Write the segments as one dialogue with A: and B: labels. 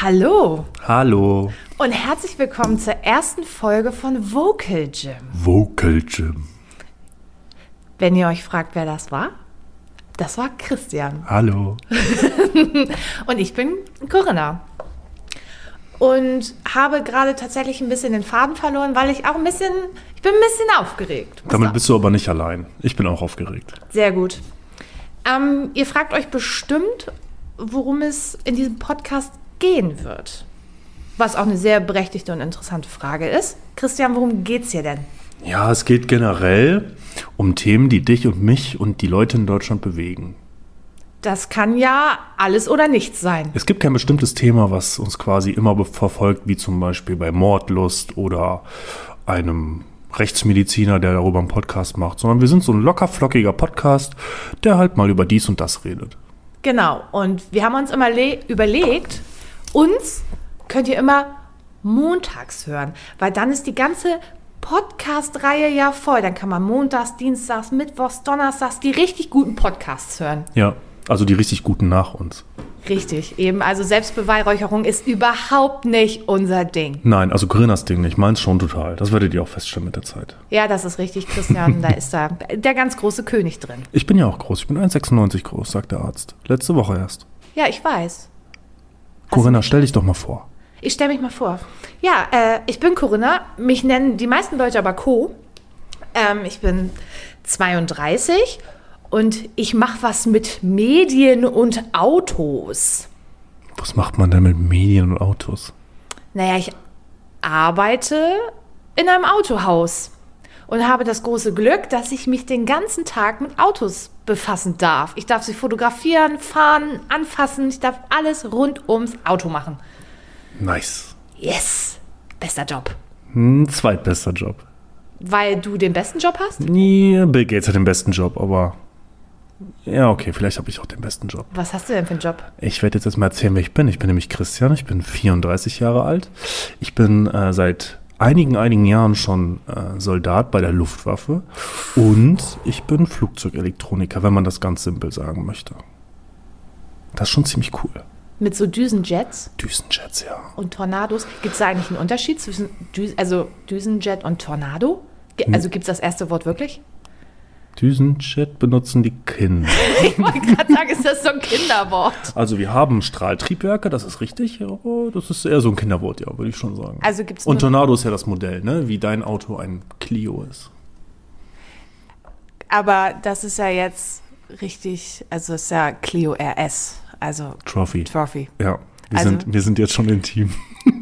A: Hallo
B: Hallo.
A: und herzlich willkommen zur ersten Folge von Vocal Gym.
B: Vocal Gym.
A: Wenn ihr euch fragt, wer das war, das war Christian
B: Hallo.
A: und ich bin Corinna. Und habe gerade tatsächlich ein bisschen den Faden verloren, weil ich auch ein bisschen, ich bin ein bisschen aufgeregt.
B: Damit bist du aber nicht allein. Ich bin auch aufgeregt.
A: Sehr gut. Ähm, ihr fragt euch bestimmt, worum es in diesem Podcast gehen wird. Was auch eine sehr berechtigte und interessante Frage ist. Christian, worum geht's hier denn?
B: Ja, es geht generell um Themen, die dich und mich und die Leute in Deutschland bewegen.
A: Das kann ja alles oder nichts sein.
B: Es gibt kein bestimmtes Thema, was uns quasi immer be- verfolgt, wie zum Beispiel bei Mordlust oder einem Rechtsmediziner, der darüber einen Podcast macht, sondern wir sind so ein locker flockiger Podcast, der halt mal über dies und das redet.
A: Genau. Und wir haben uns immer le- überlegt, uns könnt ihr immer montags hören, weil dann ist die ganze Podcast-Reihe ja voll. Dann kann man montags, dienstags, mittwochs, donnerstags die richtig guten Podcasts hören.
B: Ja, also die richtig guten nach uns.
A: Richtig, eben. Also Selbstbeweihräucherung ist überhaupt nicht unser Ding.
B: Nein, also Grinners Ding nicht, meins schon total. Das werdet ihr auch feststellen mit der Zeit.
A: Ja, das ist richtig, Christian. da ist da der ganz große König drin.
B: Ich bin ja auch groß. Ich bin 1,96 groß, sagt der Arzt. Letzte Woche erst.
A: Ja, ich weiß.
B: Corinna, stell dich doch mal vor.
A: Ich stelle mich mal vor. Ja, äh, ich bin Corinna. Mich nennen die meisten Leute aber Co. Ähm, ich bin 32 und ich mache was mit Medien und Autos.
B: Was macht man denn mit Medien und Autos?
A: Naja, ich arbeite in einem Autohaus und habe das große Glück, dass ich mich den ganzen Tag mit Autos befassen darf. Ich darf sie fotografieren, fahren, anfassen. Ich darf alles rund ums Auto machen.
B: Nice.
A: Yes, bester Job.
B: Ein zweitbester Job.
A: Weil du den besten Job hast?
B: Nee, Bill Gates hat den besten Job, aber. Ja, okay, vielleicht habe ich auch den besten Job.
A: Was hast du denn für einen Job?
B: Ich werde jetzt erstmal erzählen, wer ich bin. Ich bin nämlich Christian, ich bin 34 Jahre alt. Ich bin äh, seit einigen, einigen Jahren schon äh, Soldat bei der Luftwaffe und ich bin Flugzeugelektroniker, wenn man das ganz simpel sagen möchte. Das ist schon ziemlich cool.
A: Mit so Düsenjets
B: Düsenjets, ja.
A: und Tornados. Gibt es da eigentlich einen Unterschied zwischen Dü also Düsenjet und Tornado? Ge-
B: Hm.
A: Also gibt es das erste Wort wirklich?
B: Düsenjet benutzen die Kinder.
A: Ich wollte gerade sagen, ist das so ein Kinderwort?
B: Also wir haben Strahltriebwerke, das ist richtig. aber Das ist eher so ein Kinderwort, ja, würde ich schon sagen.
A: Also gibt's
B: Und
A: nur-
B: Tornado ist ja das Modell, ne? Wie dein Auto ein Clio ist.
C: Aber das ist ja jetzt richtig, also es ist ja Clio RS, also
B: Trophy.
C: Trophy.
B: Ja. Wir,
C: Also-
B: sind, wir sind jetzt schon intim.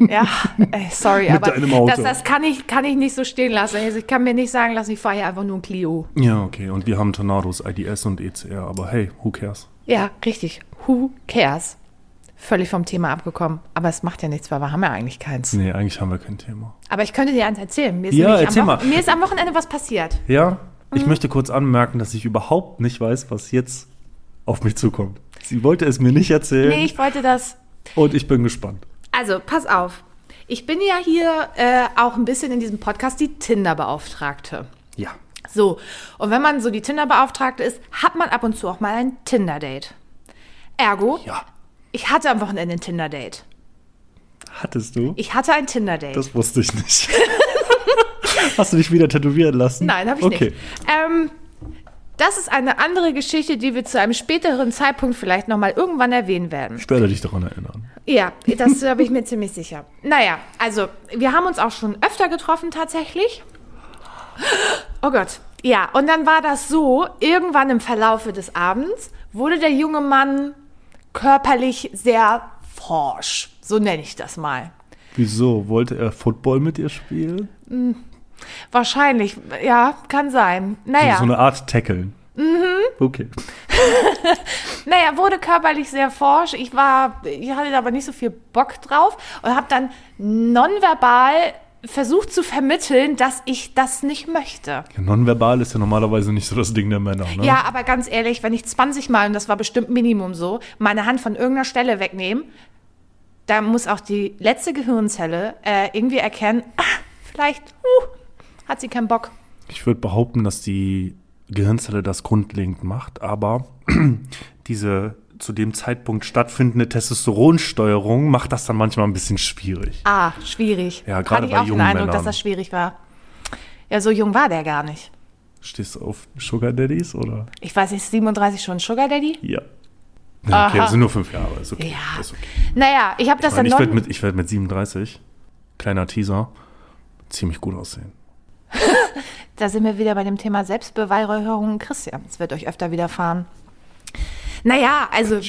C: Ja, ey, sorry,
B: Mit
C: aber
B: deinem Auto.
C: das, das kann, ich, kann ich nicht so stehen lassen. Also ich kann mir nicht sagen lassen, ich fahre hier einfach nur ein Clio.
B: Ja, okay. Und wir haben Tornados, IDS und ECR. Aber hey, who cares?
A: Ja,
C: Richtig, who cares? Völlig vom Thema abgekommen. Aber es macht ja nichts, weil wir haben ja eigentlich keins.
B: Nee, eigentlich haben wir kein Thema.
A: Aber ich könnte dir eins erzählen. Mir ist,
B: Ja,
A: nämlich
B: erzähl
A: am
B: mal.
A: Wochen- mir ist am Wochenende was passiert.
B: Ja,
A: Mhm.
B: ich möchte kurz anmerken, dass ich überhaupt nicht weiß, was jetzt auf mich zukommt. Sie wollte es mir nicht erzählen
A: Nee, ich wollte das.
B: und ich bin gespannt.
A: Also, pass auf. Ich bin ja hier äh, auch ein bisschen in diesem Podcast die Tinder-Beauftragte.
B: Ja.
A: So, und wenn man so die Tinder-Beauftragte ist, hat man ab und zu auch mal ein Tinder-Date. Ergo,
B: Ja.
A: ich hatte am Wochenende ein Tinder-Date.
B: Hattest du?
A: Ich hatte ein Tinder-Date.
B: Das wusste ich nicht. Hast du dich wieder tätowieren lassen?
A: Nein, habe ich
B: okay.
A: nicht. Ähm, das ist eine andere Geschichte, die wir zu einem späteren Zeitpunkt vielleicht nochmal irgendwann erwähnen werden.
B: Ich werde dich daran erinnern.
A: Ja, das da bin ich mir ziemlich sicher. Naja, also wir haben uns auch schon öfter getroffen tatsächlich. Oh Gott. Ja, und dann war das so, irgendwann im Verlaufe des Abends wurde der junge Mann körperlich sehr forsch. So nenne ich das mal.
B: Wieso? Wollte er Football mit ihr spielen?
A: Wahrscheinlich, ja, kann sein. Naja.
B: So eine Art Tackeln. Mhm. Okay.
A: Naja, wurde körperlich sehr forsch. Ich war, ich hatte da aber nicht so viel Bock drauf und habe dann nonverbal versucht zu vermitteln, dass ich das nicht möchte.
B: Ja, nonverbal ist ja normalerweise nicht so das Ding der Männer, ne?
A: Ja, aber ganz ehrlich, wenn ich 20 Mal, und das war bestimmt Minimum so, meine Hand von irgendeiner Stelle wegnehmen, da muss auch die letzte Gehirnzelle äh, irgendwie erkennen, ah, vielleicht uh, hat sie keinen Bock.
B: Ich würde behaupten, dass die Gehirnzelle das grundlegend macht, aber diese zu dem Zeitpunkt stattfindende Testosteronsteuerung macht das dann manchmal ein bisschen schwierig.
A: Ah, schwierig.
B: Ja, gerade
A: Hatte ich
B: bei
A: auch
B: jungen
A: den Eindruck,
B: Männern.
A: dass das schwierig war. Ja, so jung war der gar nicht.
B: Stehst du auf Sugar Daddies oder?
A: Ich weiß nicht, 37 schon Sugar Daddy?
B: Ja. Na, okay,
A: Aha.
B: das sind nur fünf Jahre. Ist okay.
A: Ja.
B: Ist okay.
A: Naja, ich habe das
B: Ich, meine, ich
A: dann
B: werde
A: noch.
B: mit, ich werd mit 37, kleiner Teaser, ziemlich gut aussehen.
A: Da sind wir wieder bei dem Thema Selbstbeweihräucherung. Christian, es wird euch öfter widerfahren. Naja, also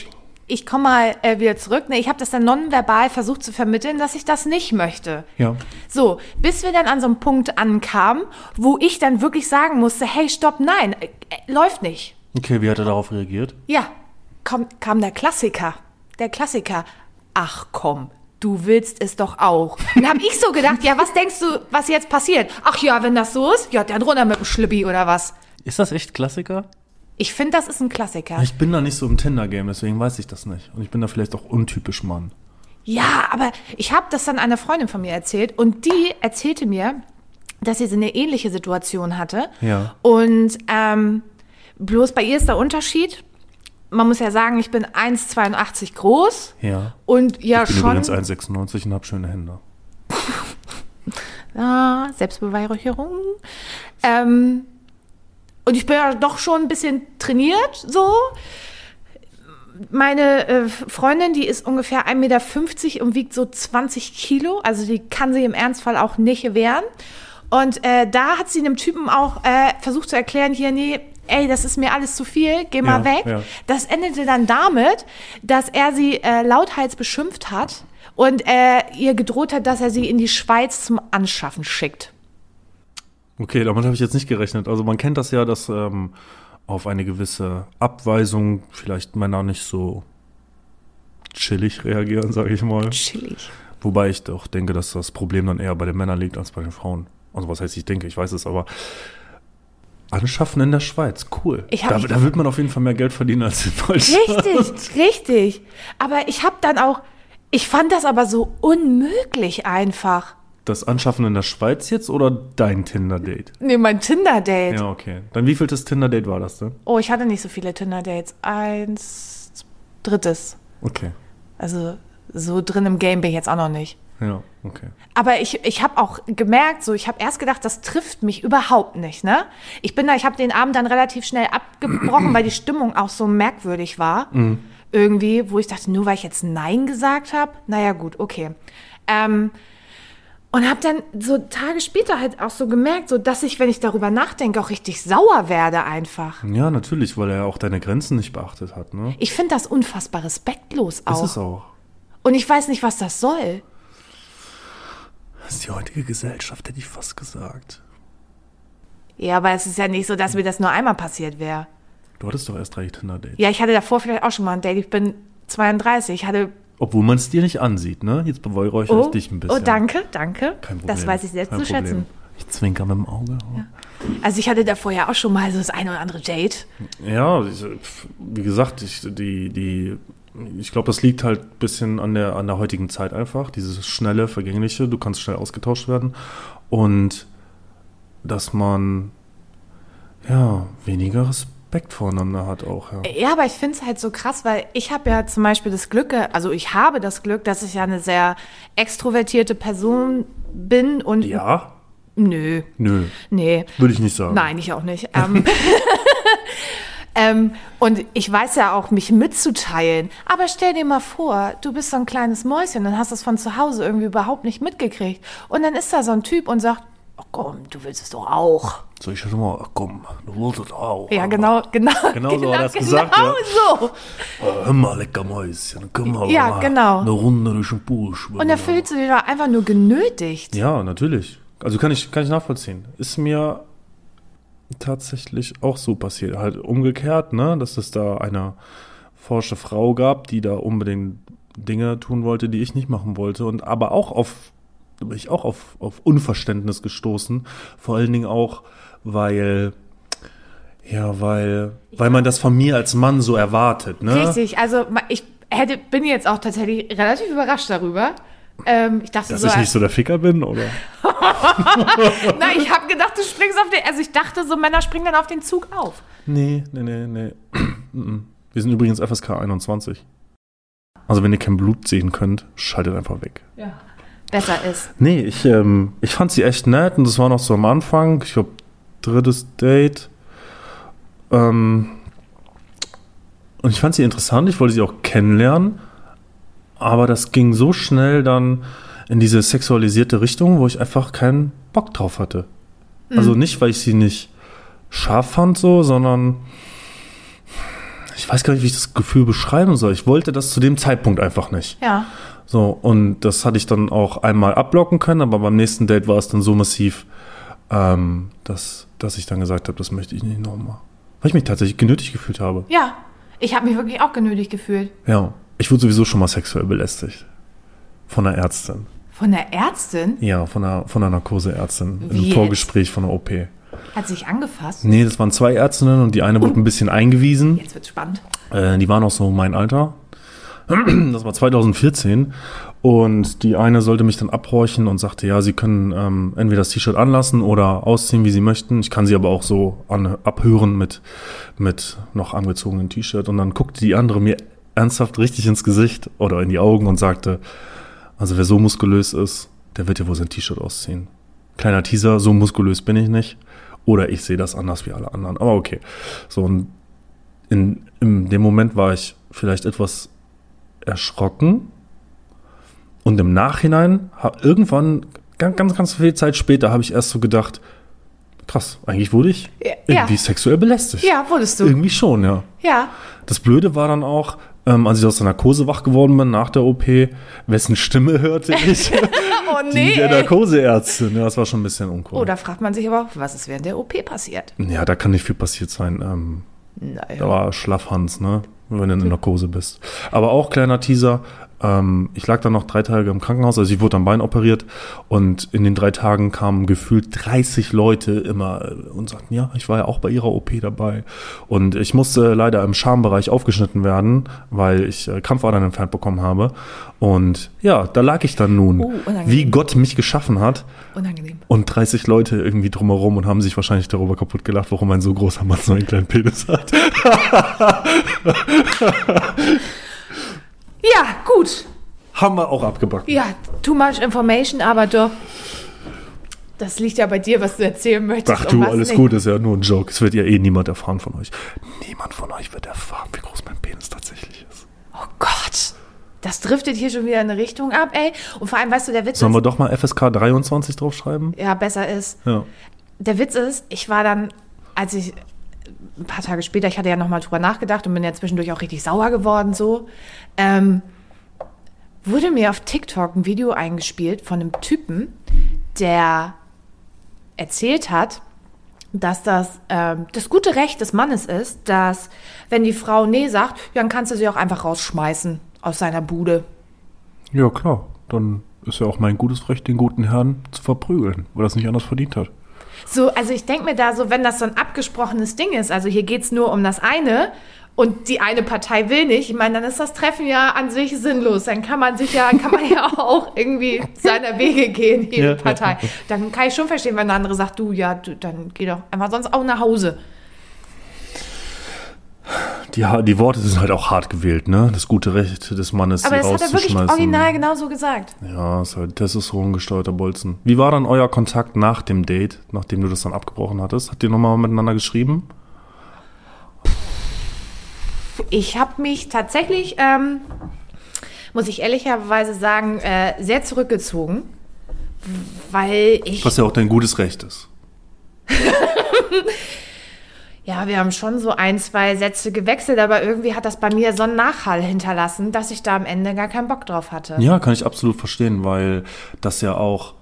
A: ich komme mal äh, wieder zurück. Ne, ich habe das dann nonverbal versucht zu vermitteln, dass ich das nicht möchte.
B: Ja.
A: So, bis wir dann an so einem Punkt ankamen, wo ich dann wirklich sagen musste, hey, stopp, nein, äh, äh, läuft nicht.
B: Okay, wie hat er darauf reagiert?
A: Ja, komm, kam der Klassiker. Der Klassiker. Ach komm, du willst es doch auch. Dann hab ich so gedacht, ja, was denkst du, was jetzt passiert? Ach ja, wenn das so ist, ja, dann runter mit dem Schlippi oder was.
B: Ist das echt Klassiker?
A: Ich finde, das ist ein Klassiker.
B: Ich bin da nicht so im Tinder-Game, deswegen weiß ich das nicht. Und ich bin da vielleicht auch untypisch Mann.
A: Ja, aber ich habe das dann einer Freundin von mir erzählt und die erzählte mir, dass sie so eine ähnliche Situation hatte.
B: Ja.
A: Und ähm, bloß bei ihr ist der Unterschied. Man muss ja sagen, ich bin 1,82 groß.
B: Ja.
A: Und ja,
B: ich bin
A: schon.
B: übrigens 1,96 und habe schöne Hände.
A: Ah, Selbstbeweihräucherung. Ähm, und ich bin ja doch schon ein bisschen trainiert, so. Meine äh, Freundin, die ist ungefähr 1,50 Meter und wiegt so 20 Kilo. Also die kann sie im Ernstfall auch nicht wehren. Und äh, da hat sie einem Typen auch äh, versucht zu erklären, hier, nee, ey, das ist mir alles zu viel, geh mal
B: Ja,
A: weg.
B: ja.
A: Das endete dann damit, dass er sie äh, lauthals beschimpft hat und äh, ihr gedroht hat, dass er sie in die Schweiz zum Anschaffen schickt.
B: Okay, damit habe ich jetzt nicht gerechnet. Also man kennt das ja, dass ähm, auf eine gewisse Abweisung vielleicht Männer nicht so chillig reagieren, sage ich mal.
A: Chillig.
B: Wobei ich doch denke, dass das Problem dann eher bei den Männern liegt als bei den Frauen. Also was heißt, ich denke, ich weiß es, aber anschaffen in der Schweiz, cool.
A: Ich hab-
B: da, da wird man auf jeden Fall mehr Geld verdienen als in Deutschland.
A: Richtig, richtig. Aber ich habe dann auch, ich fand das aber so unmöglich einfach.
B: Das Anschaffen in der Schweiz jetzt oder dein Tinder-Date?
A: Nee, mein Tinder-Date.
B: Ja, okay. Dann wievieltes Tinder-Date war das denn?
A: Oh, ich hatte nicht so viele Tinder-Dates. Eins, drittes.
B: Okay.
A: Also so drin im Game bin ich jetzt auch noch nicht.
B: Ja, okay.
A: Aber ich, ich habe auch gemerkt, so ich habe erst gedacht, das trifft mich überhaupt nicht. Ne? Ich bin da, ich habe den Abend dann relativ schnell abgebrochen, weil die Stimmung auch so merkwürdig war. Irgendwie, wo ich dachte, nur weil ich jetzt Nein gesagt habe, naja gut, okay. Ähm, und habe dann so Tage später halt auch so gemerkt, so dass ich, wenn ich darüber nachdenke, auch richtig sauer werde einfach.
B: Ja, natürlich, weil er ja auch deine Grenzen nicht beachtet hat, ne?
A: Ich finde das unfassbar respektlos
B: Das
A: auch.
B: ist auch.
A: Und ich weiß nicht, was das soll.
B: Das ist die heutige Gesellschaft, hätte ich fast gesagt.
A: Ja, aber es ist ja nicht so, dass mir das nur einmal passiert wäre.
B: Du hattest doch erst drei Tinder-Dates.
A: Ja, ich hatte davor vielleicht auch schon mal ein Date. Ich bin 32. Ich hatte.
B: Obwohl man es dir nicht ansieht, ne? Jetzt beweihräuchere ich dich ein bisschen.
A: oh, danke, danke.
B: Kein Problem.
A: Das weiß ich selbst
B: Kein
A: zu
B: Problem.
A: schätzen.
B: Ich zwinker mit dem Auge.
A: Also ich hatte davor ja auch schon mal so das eine oder andere Date.
B: Ja, ich, pf, wie gesagt, ich, die, die, ich glaube, das liegt halt ein bisschen an der, an der heutigen Zeit einfach. Dieses schnelle, vergängliche, du kannst schnell ausgetauscht werden. Und dass man, ja, weniger Respekt voreinander hat auch, ja.
A: Ja, aber ich finde es halt so krass, weil ich habe ja zum Beispiel das Glück, ge- also ich habe das Glück, dass ich ja eine sehr extrovertierte Person bin und
B: Ja?
A: nö,
B: Nö,
A: nee.
B: würde ich nicht sagen.
A: Nein, ich auch nicht. Ähm, ähm, und ich weiß ja auch, mich mitzuteilen. Aber stell dir mal vor, du bist so ein kleines Mäuschen und hast das von zu Hause irgendwie überhaupt nicht mitgekriegt. Und dann ist da so ein Typ und sagt, oh komm, du willst es doch auch.
B: Soll ich schon mal, ach komm, du wolltest auch.
A: Ja, genau, genau.
B: Genau so hat er das
A: genau
B: gesagt, ja.
A: so.
B: Äh, Hör mal, lecker Mäuschen, komm mal.
A: Ja,
B: mal
A: genau.
B: Eine Runde durch den Pool schwimmen.
A: Und da fühlst du dich doch einfach nur genötigt.
B: Ja, natürlich. Also kann ich, kann ich nachvollziehen. Ist mir tatsächlich auch so passiert. Halt umgekehrt, ne? Dass es da eine forsche Frau gab, die da unbedingt Dinge tun wollte, die ich nicht machen wollte. Und aber auch auf, da bin ich auch auf, auf Unverständnis gestoßen. Vor allen Dingen auch, weil, ja, weil, weil man das von mir als Mann so erwartet, ne?
A: Richtig, also ma- ich hätte, bin jetzt auch tatsächlich relativ überrascht darüber. Ähm, ich dachte
B: Dass
A: so,
B: ich nicht so der Ficker bin, oder?
A: na, ich habe gedacht, du springst auf den, also ich dachte so, Männer springen dann auf den Zug auf.
B: Nee, nee, nee, nee. Wir sind übrigens FSK 21. Also wenn ihr kein Blut sehen könnt, schaltet einfach weg.
A: Besser ist.
B: Nee, ich, ähm, ich fand sie echt nett und das war noch so am Anfang. Ich glaube, drittes Date. Ähm, und ich fand sie interessant, ich wollte sie auch kennenlernen. Aber das ging so schnell dann in diese sexualisierte Richtung, wo ich einfach keinen Bock drauf hatte. Also nicht, weil ich sie nicht scharf fand, so, sondern ich weiß gar nicht, wie ich das Gefühl beschreiben soll. Ich wollte das zu dem Zeitpunkt einfach nicht.
A: Ja.
B: So, und das hatte ich dann auch einmal abblocken können, aber beim nächsten Date war es dann so massiv, ähm, dass, dass ich dann gesagt habe, das möchte ich nicht nochmal. Weil ich mich tatsächlich genötigt gefühlt habe.
A: Ja. Ich habe mich wirklich auch genötigt gefühlt.
B: Ja. Ich wurde sowieso schon mal sexuell belästigt. Von einer Ärztin.
A: Von der Ärztin?
B: Ja, von einer, von einer Narkoseärztin.
A: Wie
B: Im
A: jetzt?
B: Vorgespräch von der OP.
A: Hat sich angefasst?
B: Nee, das waren zwei Ärztinnen und die eine
A: Uh.
B: wurde ein bisschen eingewiesen.
A: Jetzt wird's spannend.
B: Äh, die waren auch so mein Alter. Das war 2014. Und die eine sollte mich dann abhorchen und sagte, ja, sie können ähm, entweder das T-Shirt anlassen oder ausziehen, wie sie möchten. Ich kann sie aber auch so an, abhören mit, mit noch angezogenem T-Shirt. Und dann guckte die andere mir ernsthaft richtig ins Gesicht oder in die Augen und sagte, also wer so muskulös ist, der wird ja wohl sein T-Shirt ausziehen. Kleiner Teaser, so muskulös bin ich nicht. Oder ich sehe das anders wie alle anderen. Aber okay. So, und in, in dem Moment war ich vielleicht etwas erschrocken. Und im Nachhinein, ha- irgendwann, ganz, ganz, ganz viel Zeit später, habe ich erst so gedacht, krass, eigentlich wurde ich
A: Ja,
B: irgendwie
A: ja.
B: sexuell belästigt.
A: Ja, wurdest du.
B: Irgendwie schon, ja.
A: Ja.
B: Das Blöde war dann auch, ähm, als ich aus der Narkose wach geworden bin nach der OP, wessen Stimme hörte ich?
A: Oh
B: Die der
A: ey.
B: Narkoseärztin. Ja, das war schon ein bisschen uncool.
A: Oh, da fragt man sich aber auch, was ist während der OP passiert?
B: Ja, da kann nicht viel passiert sein. Ähm, Da
A: Naja.
B: war Schlafhans, ne? Wenn du in Narkose bist. Aber auch kleiner Teaser. Ähm, ich lag dann noch drei Tage im Krankenhaus, also ich wurde am Bein operiert und in den drei Tagen kamen gefühlt 30 Leute immer äh, und sagten, ja, ich war ja auch bei ihrer OP dabei. Und ich musste leider im Schambereich aufgeschnitten werden, weil ich äh, Krampfadern entfernt bekommen habe. Und ja, da lag ich dann nun,
A: Oh, unangenehm.
B: wie Gott mich geschaffen hat.
A: Unangenehm.
B: Und 30 Leute irgendwie drumherum und haben sich wahrscheinlich darüber kaputt gelacht, warum ein so großer Mann so einen kleinen Penis hat.
A: Ja, gut.
B: Haben wir auch abgebacken.
A: Ja, too much information, aber doch. Das liegt ja bei dir, was du erzählen möchtest.
B: Ach
A: und
B: du,
A: Um was
B: alles
A: nicht.
B: gut, ist ja nur ein Joke. Es wird ja eh niemand erfahren von euch. Niemand von euch wird erfahren, wie groß mein Penis tatsächlich ist.
A: Oh Gott. Das driftet hier schon wieder in eine Richtung ab, ey. Und vor allem, weißt du, der Witz
B: Sollen
A: ist,
B: wir doch mal FSK 23 draufschreiben?
A: ja, besser ist.
B: Ja.
A: Der Witz ist, ich war dann, als ich ein paar Tage später, ich hatte ja nochmal drüber nachgedacht und bin ja zwischendurch auch richtig sauer geworden, so, ähm, wurde mir auf TikTok ein Video eingespielt von einem Typen, der erzählt hat, dass das ähm, das gute Recht des Mannes ist, dass wenn die Frau Nee sagt, ja, dann kannst du sie auch einfach rausschmeißen aus seiner Bude.
B: Ja, klar. Dann ist ja auch mein gutes Recht, den guten Herrn zu verprügeln, weil er es nicht anders verdient hat.
A: So, also ich denke mir da so, wenn das so ein abgesprochenes Ding ist, also hier geht's nur um das eine und die eine Partei will nicht, ich meine, dann ist das Treffen ja an sich sinnlos. Dann kann man sich ja, kann man ja auch irgendwie seiner Wege gehen, jede
B: Ja.
A: Partei. Dann kann ich schon verstehen, wenn der andere sagt, du, ja, du, dann geh doch einfach sonst auch nach Hause.
B: Die, Ha- die Worte sind halt auch hart gewählt, ne? Das gute Recht des Mannes,
A: Aber
B: sie
A: das hat er wirklich
B: rauszuschmeißen.
A: original genauso gesagt.
B: Ja, ist halt Testosteron gesteuerter Bolzen. Wie war dann euer Kontakt nach dem Date, nachdem du das dann abgebrochen hattest? Habt ihr nochmal miteinander geschrieben?
A: Ich habe mich tatsächlich, ähm, muss ich ehrlicherweise sagen, äh, sehr zurückgezogen, weil ich
B: Was ja auch dein gutes Recht ist.
A: Ja, wir haben schon so ein, zwei Sätze gewechselt, aber irgendwie hat das bei mir so einen Nachhall hinterlassen, dass ich da am Ende gar keinen Bock drauf hatte.
B: Ja, kann ich absolut verstehen, weil das ja auch.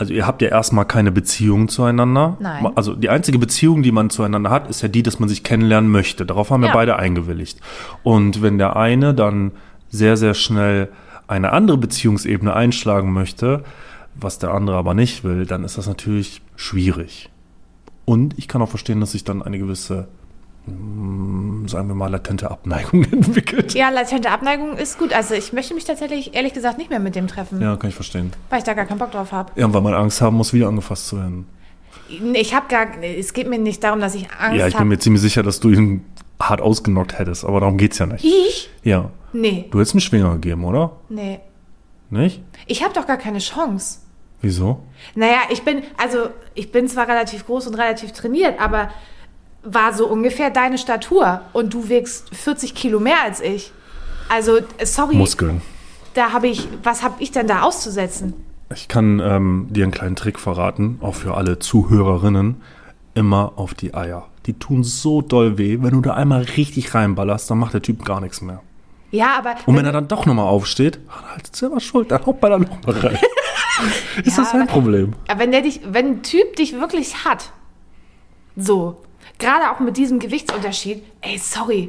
B: Also ihr habt ja erstmal keine Beziehung zueinander.
A: Nein.
B: Also die einzige Beziehung, die man zueinander hat, ist ja die, dass man sich kennenlernen möchte. Darauf haben wir
A: Ja.
B: beide eingewilligt. Und wenn der eine dann sehr, sehr schnell eine andere Beziehungsebene einschlagen möchte, was der andere aber nicht will, dann ist das natürlich schwierig. Und ich kann auch verstehen, dass sich dann eine gewisse, mm, sagen wir mal, latente Abneigung entwickelt.
A: Ja, latente Abneigung ist gut. Also ich möchte mich tatsächlich, ehrlich gesagt, nicht mehr mit dem treffen,
B: Ja, kann ich verstehen.
A: weil ich da gar keinen Bock drauf habe.
B: Ja, weil man Angst haben muss, wieder angefasst zu werden.
A: Ich habe gar, es geht mir nicht darum, dass ich Angst
B: Ja, ich
A: hab.
B: bin mir ziemlich sicher, dass du ihn hart ausgenockt hättest. Aber darum geht's ja nicht.
A: Ich?
B: Ja.
A: Nee,
B: Du hättest einen Schwinger gegeben, oder?
A: nee.
B: Nicht?
A: Ich habe doch gar keine Chance.
B: Wieso?
A: Naja, ich bin, also ich bin zwar relativ groß und relativ trainiert, aber war so ungefähr deine Statur und du wiegst 40 Kilo mehr als ich. Also, äh, sorry,
B: Muskeln.
A: da habe ich, was habe ich denn da auszusetzen?
B: Ich kann ähm, dir einen kleinen Trick verraten, auch für alle Zuhörerinnen. Immer auf die Eier. Die tun so doll weh. Wenn du da einmal richtig reinballerst, dann macht der Typ gar nichts mehr.
A: Ja, aber
B: Und wenn er dann doch nochmal aufsteht, ah, dann halt selber schuld, dann haut bei der nochmal rein. Ist das sein Problem?
A: Aber wenn der dich, wenn ein Typ dich wirklich hat, so, gerade auch mit diesem Gewichtsunterschied, ey, sorry,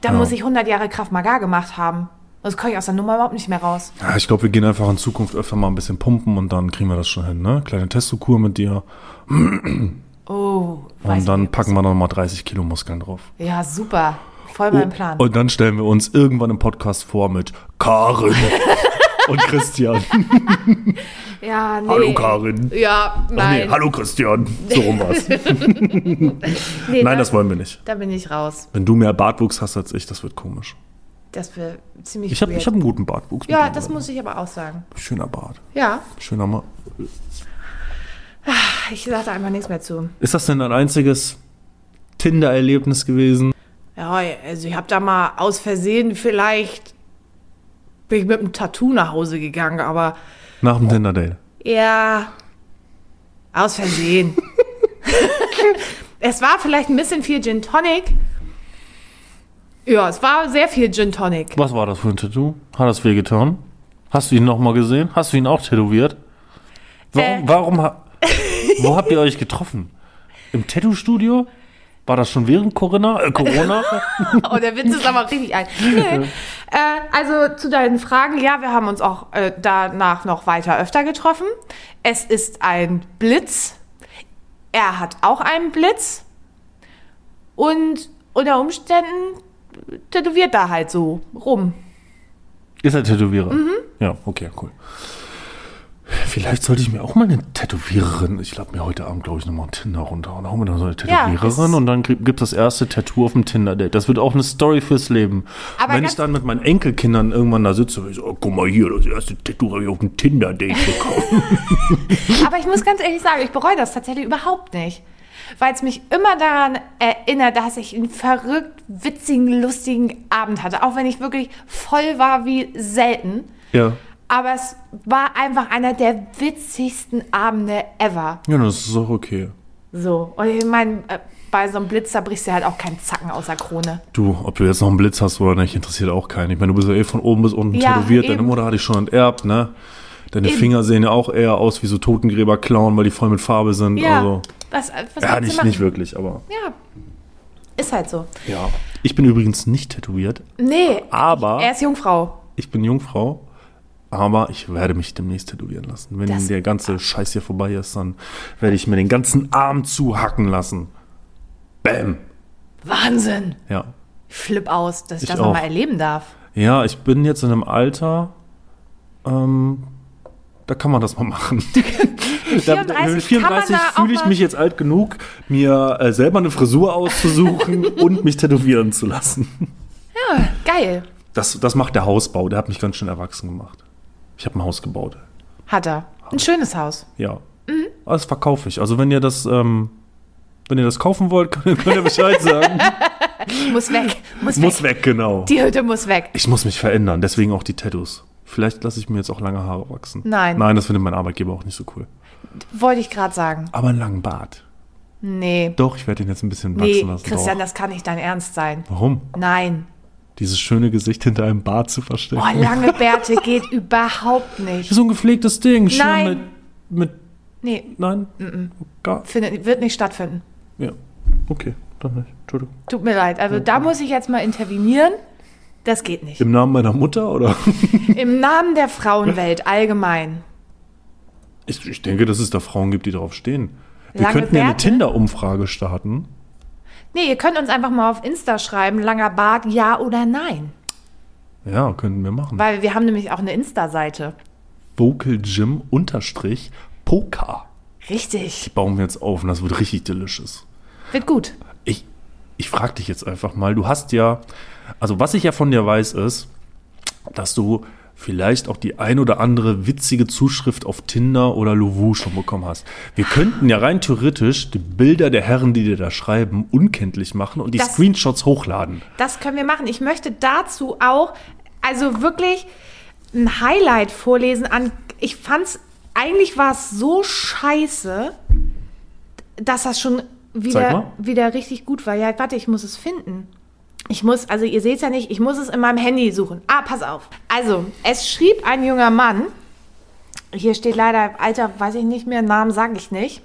A: da muss ich 100 Jahre Kraft Magar gemacht haben. Sonst komme ich aus der Nummer überhaupt nicht mehr raus.
B: Ja, Ah, ich glaube, wir gehen einfach in Zukunft öfter mal ein bisschen pumpen und dann kriegen wir das schon hin, ne? Kleine Testokur mit dir
A: Oh, weiß
B: und dann
A: nicht.
B: packen wir nochmal 30 Kilo Muskeln drauf.
A: Ja, super. Voll mein Plan.
B: Oh, Und dann stellen wir uns irgendwann im Podcast vor mit Karin und Christian.
A: ja, nee.
B: Hallo Karin.
A: Ja,
B: Ach
A: nein.
B: Nee, hallo Christian. So rum war's.
A: Nee,
B: Nein,
A: da,
B: das wollen wir nicht.
A: da bin ich raus.
B: Wenn du mehr Bartwuchs hast als ich, das wird komisch.
A: Das wäre ziemlich
B: Ich habe
A: weird.
B: ich hab einen guten Bartwuchs.
A: ja,
B: mittlerweile.
A: das muss ich aber auch sagen.
B: Schöner Bart.
A: Ja,
B: Schöner Ma
A: ich sage da einfach nichts mehr zu.
B: Ist das denn dein einziges Tinder-Erlebnis gewesen?
A: Ja, also ich habe da mal aus Versehen vielleicht bin ich mit einem Tattoo nach Hause gegangen, aber
B: Nach dem Tinder-Date.
A: Ja, aus Versehen. es war vielleicht ein bisschen viel Gin Tonic. Ja, es war sehr viel Gin Tonic.
B: Was war das für ein Tattoo? Hat das wehgetan? Hast du ihn nochmal gesehen? Hast du ihn auch tätowiert? Warum,
A: Äh.
B: warum ha wo habt ihr euch getroffen? Im Tattoo-Studio? War das schon während Corona? Äh, Corona?
A: Oh, der Witz ist aber richtig ein. Nee. Äh, also zu deinen Fragen, ja, wir haben uns auch äh, danach noch weiter öfter getroffen. Es ist ein Blitz. Er hat auch einen Blitz. Und unter Umständen tätowiert er halt so rum.
B: Ist er Tätowierer? Ja, okay, cool. Vielleicht sollte ich mir auch mal eine Tätowiererin, ich lade mir heute Abend, glaube ich, nochmal einen Tinder runter und hau mir dann so eine Tätowiererin
A: ist-
B: und dann gibt es das erste Tattoo auf dem Tinder-Date. Das wird auch eine Story fürs Leben.
A: Aber
B: Wenn
A: ganz-
B: ich dann mit meinen Enkelkindern irgendwann da sitze, ich so, oh, guck mal hier, das erste Tattoo habe ich auf dem Tinder-Date bekommen.
A: Aber ich muss ganz ehrlich sagen, ich bereue das tatsächlich überhaupt nicht. Weil es mich immer daran erinnert, dass ich einen verrückt witzigen, lustigen Abend hatte. Auch wenn ich wirklich voll war wie selten.
B: ja.
A: Aber es war einfach einer der witzigsten Abende ever.
B: Ja, das ist auch okay.
A: So. Und ich meine, äh, bei so einem Blitzer brichst du halt auch keinen Zacken aus der Krone.
B: Du, ob du jetzt noch einen Blitz hast oder nicht, interessiert auch keinen. Ich meine, du bist ja eh von oben bis unten
A: Ja,
B: tätowiert. Deine
A: eben.
B: Mutter hatte ich schon enterbt, ne? Deine
A: Eben.
B: Finger sehen ja auch eher aus wie so Totengräber-Klauen, weil die voll mit Farbe sind.
A: Ja.
B: Also,
A: was, äh, was
B: ja
A: willst du
B: nicht,
A: machen?
B: nicht wirklich, aber
A: Ja. Ist halt so.
B: ja. Ich bin übrigens nicht tätowiert,
A: Nee.
B: aber
A: Er ist Jungfrau.
B: ich bin Jungfrau. Aber ich werde mich demnächst tätowieren lassen. Wenn
A: Das-
B: der ganze Scheiß hier vorbei ist, dann werde ich mir den ganzen Arm zuhacken lassen. Bäm.
A: Wahnsinn.
B: Ja.
A: Ich flipp aus, dass ich,
B: Ich
A: das
B: auch.
A: nochmal erleben darf.
B: Ja, ich bin jetzt in einem Alter, ähm, da kann man das mal machen. Da- da-
A: 34
B: mit
A: kann
B: 34
A: man da auch
B: fühle ich
A: mal-
B: mich jetzt alt genug, mir äh, selber eine Frisur auszusuchen und mich tätowieren zu lassen.
A: Geil.
B: Das, das macht der Hausbau, der hat mich ganz schön erwachsen gemacht. Ich habe ein Haus gebaut.
A: Hat er. Ein schönes Haus.
B: Ja.
A: Mhm.
B: Aber Das verkaufe ich. Also wenn ihr das, ähm, wenn ihr das kaufen wollt, könnt, könnt ihr Bescheid sagen.
A: Muss weg. Muss,
B: muss
A: weg.
B: weg, genau.
A: Die Hütte muss weg.
B: Ich muss mich verändern, deswegen auch die Tattoos. Vielleicht lasse ich mir jetzt auch lange Haare wachsen.
A: Nein.
B: Nein, das findet mein Arbeitgeber auch nicht so cool.
A: Wollte ich gerade sagen.
B: Aber einen langen Bart.
A: Nee.
B: Doch, ich werde ihn jetzt ein bisschen wachsen
A: Nee,
B: lassen.
A: Christian,
B: doch.
A: das kann nicht dein Ernst sein.
B: Warum?
A: Nein.
B: Dieses schöne Gesicht hinter einem Bart zu verstecken.
A: Oh, lange Bärte geht überhaupt nicht.
B: so ein gepflegtes Ding. Schön
A: Nein.
B: Mit, mit.
A: Nee,
B: Nein? Gar.
A: findet, wird nicht stattfinden.
B: Ja. Okay, dann nicht. Entschuldigung.
A: Tut mir leid. Also da muss ich jetzt mal intervenieren. Das geht nicht.
B: Im Namen meiner Mutter oder?
A: Im Namen der Frauenwelt allgemein.
B: Ich, ich denke, dass es da Frauen gibt, die drauf stehen. Wir
A: Lange
B: könnten ja eine
A: Bärte?
B: Tinder-Umfrage starten.
A: Nee, ihr könnt uns einfach mal auf Insta schreiben, langer Bart, ja oder nein.
B: Ja, könnten wir machen.
A: Weil wir haben nämlich auch eine Insta-Seite.
B: Vocal Gym unterstrich Poker.
A: Richtig.
B: Bauen wir jetzt auf und das wird richtig delicious.
A: Wird gut.
B: Ich, ich frage dich jetzt einfach mal, du hast ja, also was ich ja von dir weiß, ist, dass du vielleicht auch die ein oder andere witzige Zuschrift auf Tinder oder Lovu schon bekommen hast. Wir könnten ja rein theoretisch die Bilder der Herren, die dir da schreiben, unkenntlich machen und die
A: Das-
B: Screenshots hochladen.
A: Das können wir machen. Ich möchte dazu auch, also wirklich ein Highlight vorlesen an. Ich fand's, eigentlich war es so scheiße, dass das schon
B: Zeig mal.
A: wieder, wieder richtig gut war. Ja, warte, ich muss es finden. Ich muss, also ihr seht's ja nicht, ich muss es in meinem Handy suchen. Ah, pass auf. Also, es schrieb ein junger Mann, hier steht leider Alter, weiß ich nicht mehr, Namen sage ich nicht.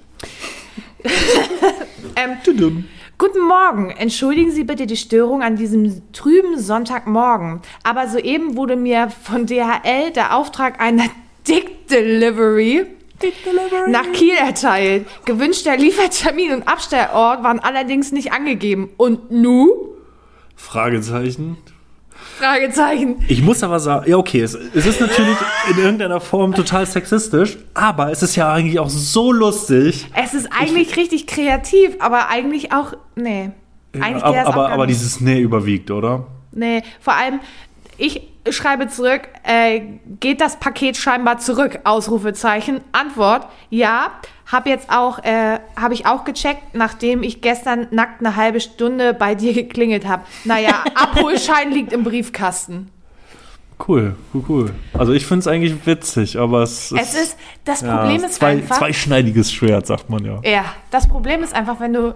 B: Tudum.
A: Guten Morgen. Entschuldigen Sie bitte die Störung an diesem trüben Sonntagmorgen. Aber soeben wurde mir von DHL der Auftrag einer Dick Delivery nach Kiel erteilt. Gewünschter Liefertermin und Abstellort waren allerdings nicht angegeben. Und nu?
B: Fragezeichen.
A: Fragezeichen.
B: Ich muss aber sagen, ja, okay, es, es ist natürlich in irgendeiner Form total sexistisch, aber es ist ja eigentlich auch so lustig.
A: Es ist eigentlich richtig kreativ, aber eigentlich auch nee. Eigentlich geht
B: aber,
A: das auch
B: aber,
A: gar
B: aber
A: nicht.
B: dieses Nee überwiegt, oder?
A: Nee, vor allem, ich schreibe zurück, äh, geht das Paket scheinbar zurück? Ausrufezeichen. Antwort, ja. Hab jetzt auch, äh, habe ich auch gecheckt, nachdem ich gestern nackt eine halbe Stunde bei dir geklingelt habe. Naja, Abholschein liegt im Briefkasten.
B: Cool, cool, cool. Also ich finde es eigentlich witzig, aber es ist.
A: Es ist, das
B: ja,
A: Problem ist
B: zwei,
A: einfach.
B: Zweischneidiges Schwert, sagt man ja.
A: Ja, das Problem ist einfach, wenn du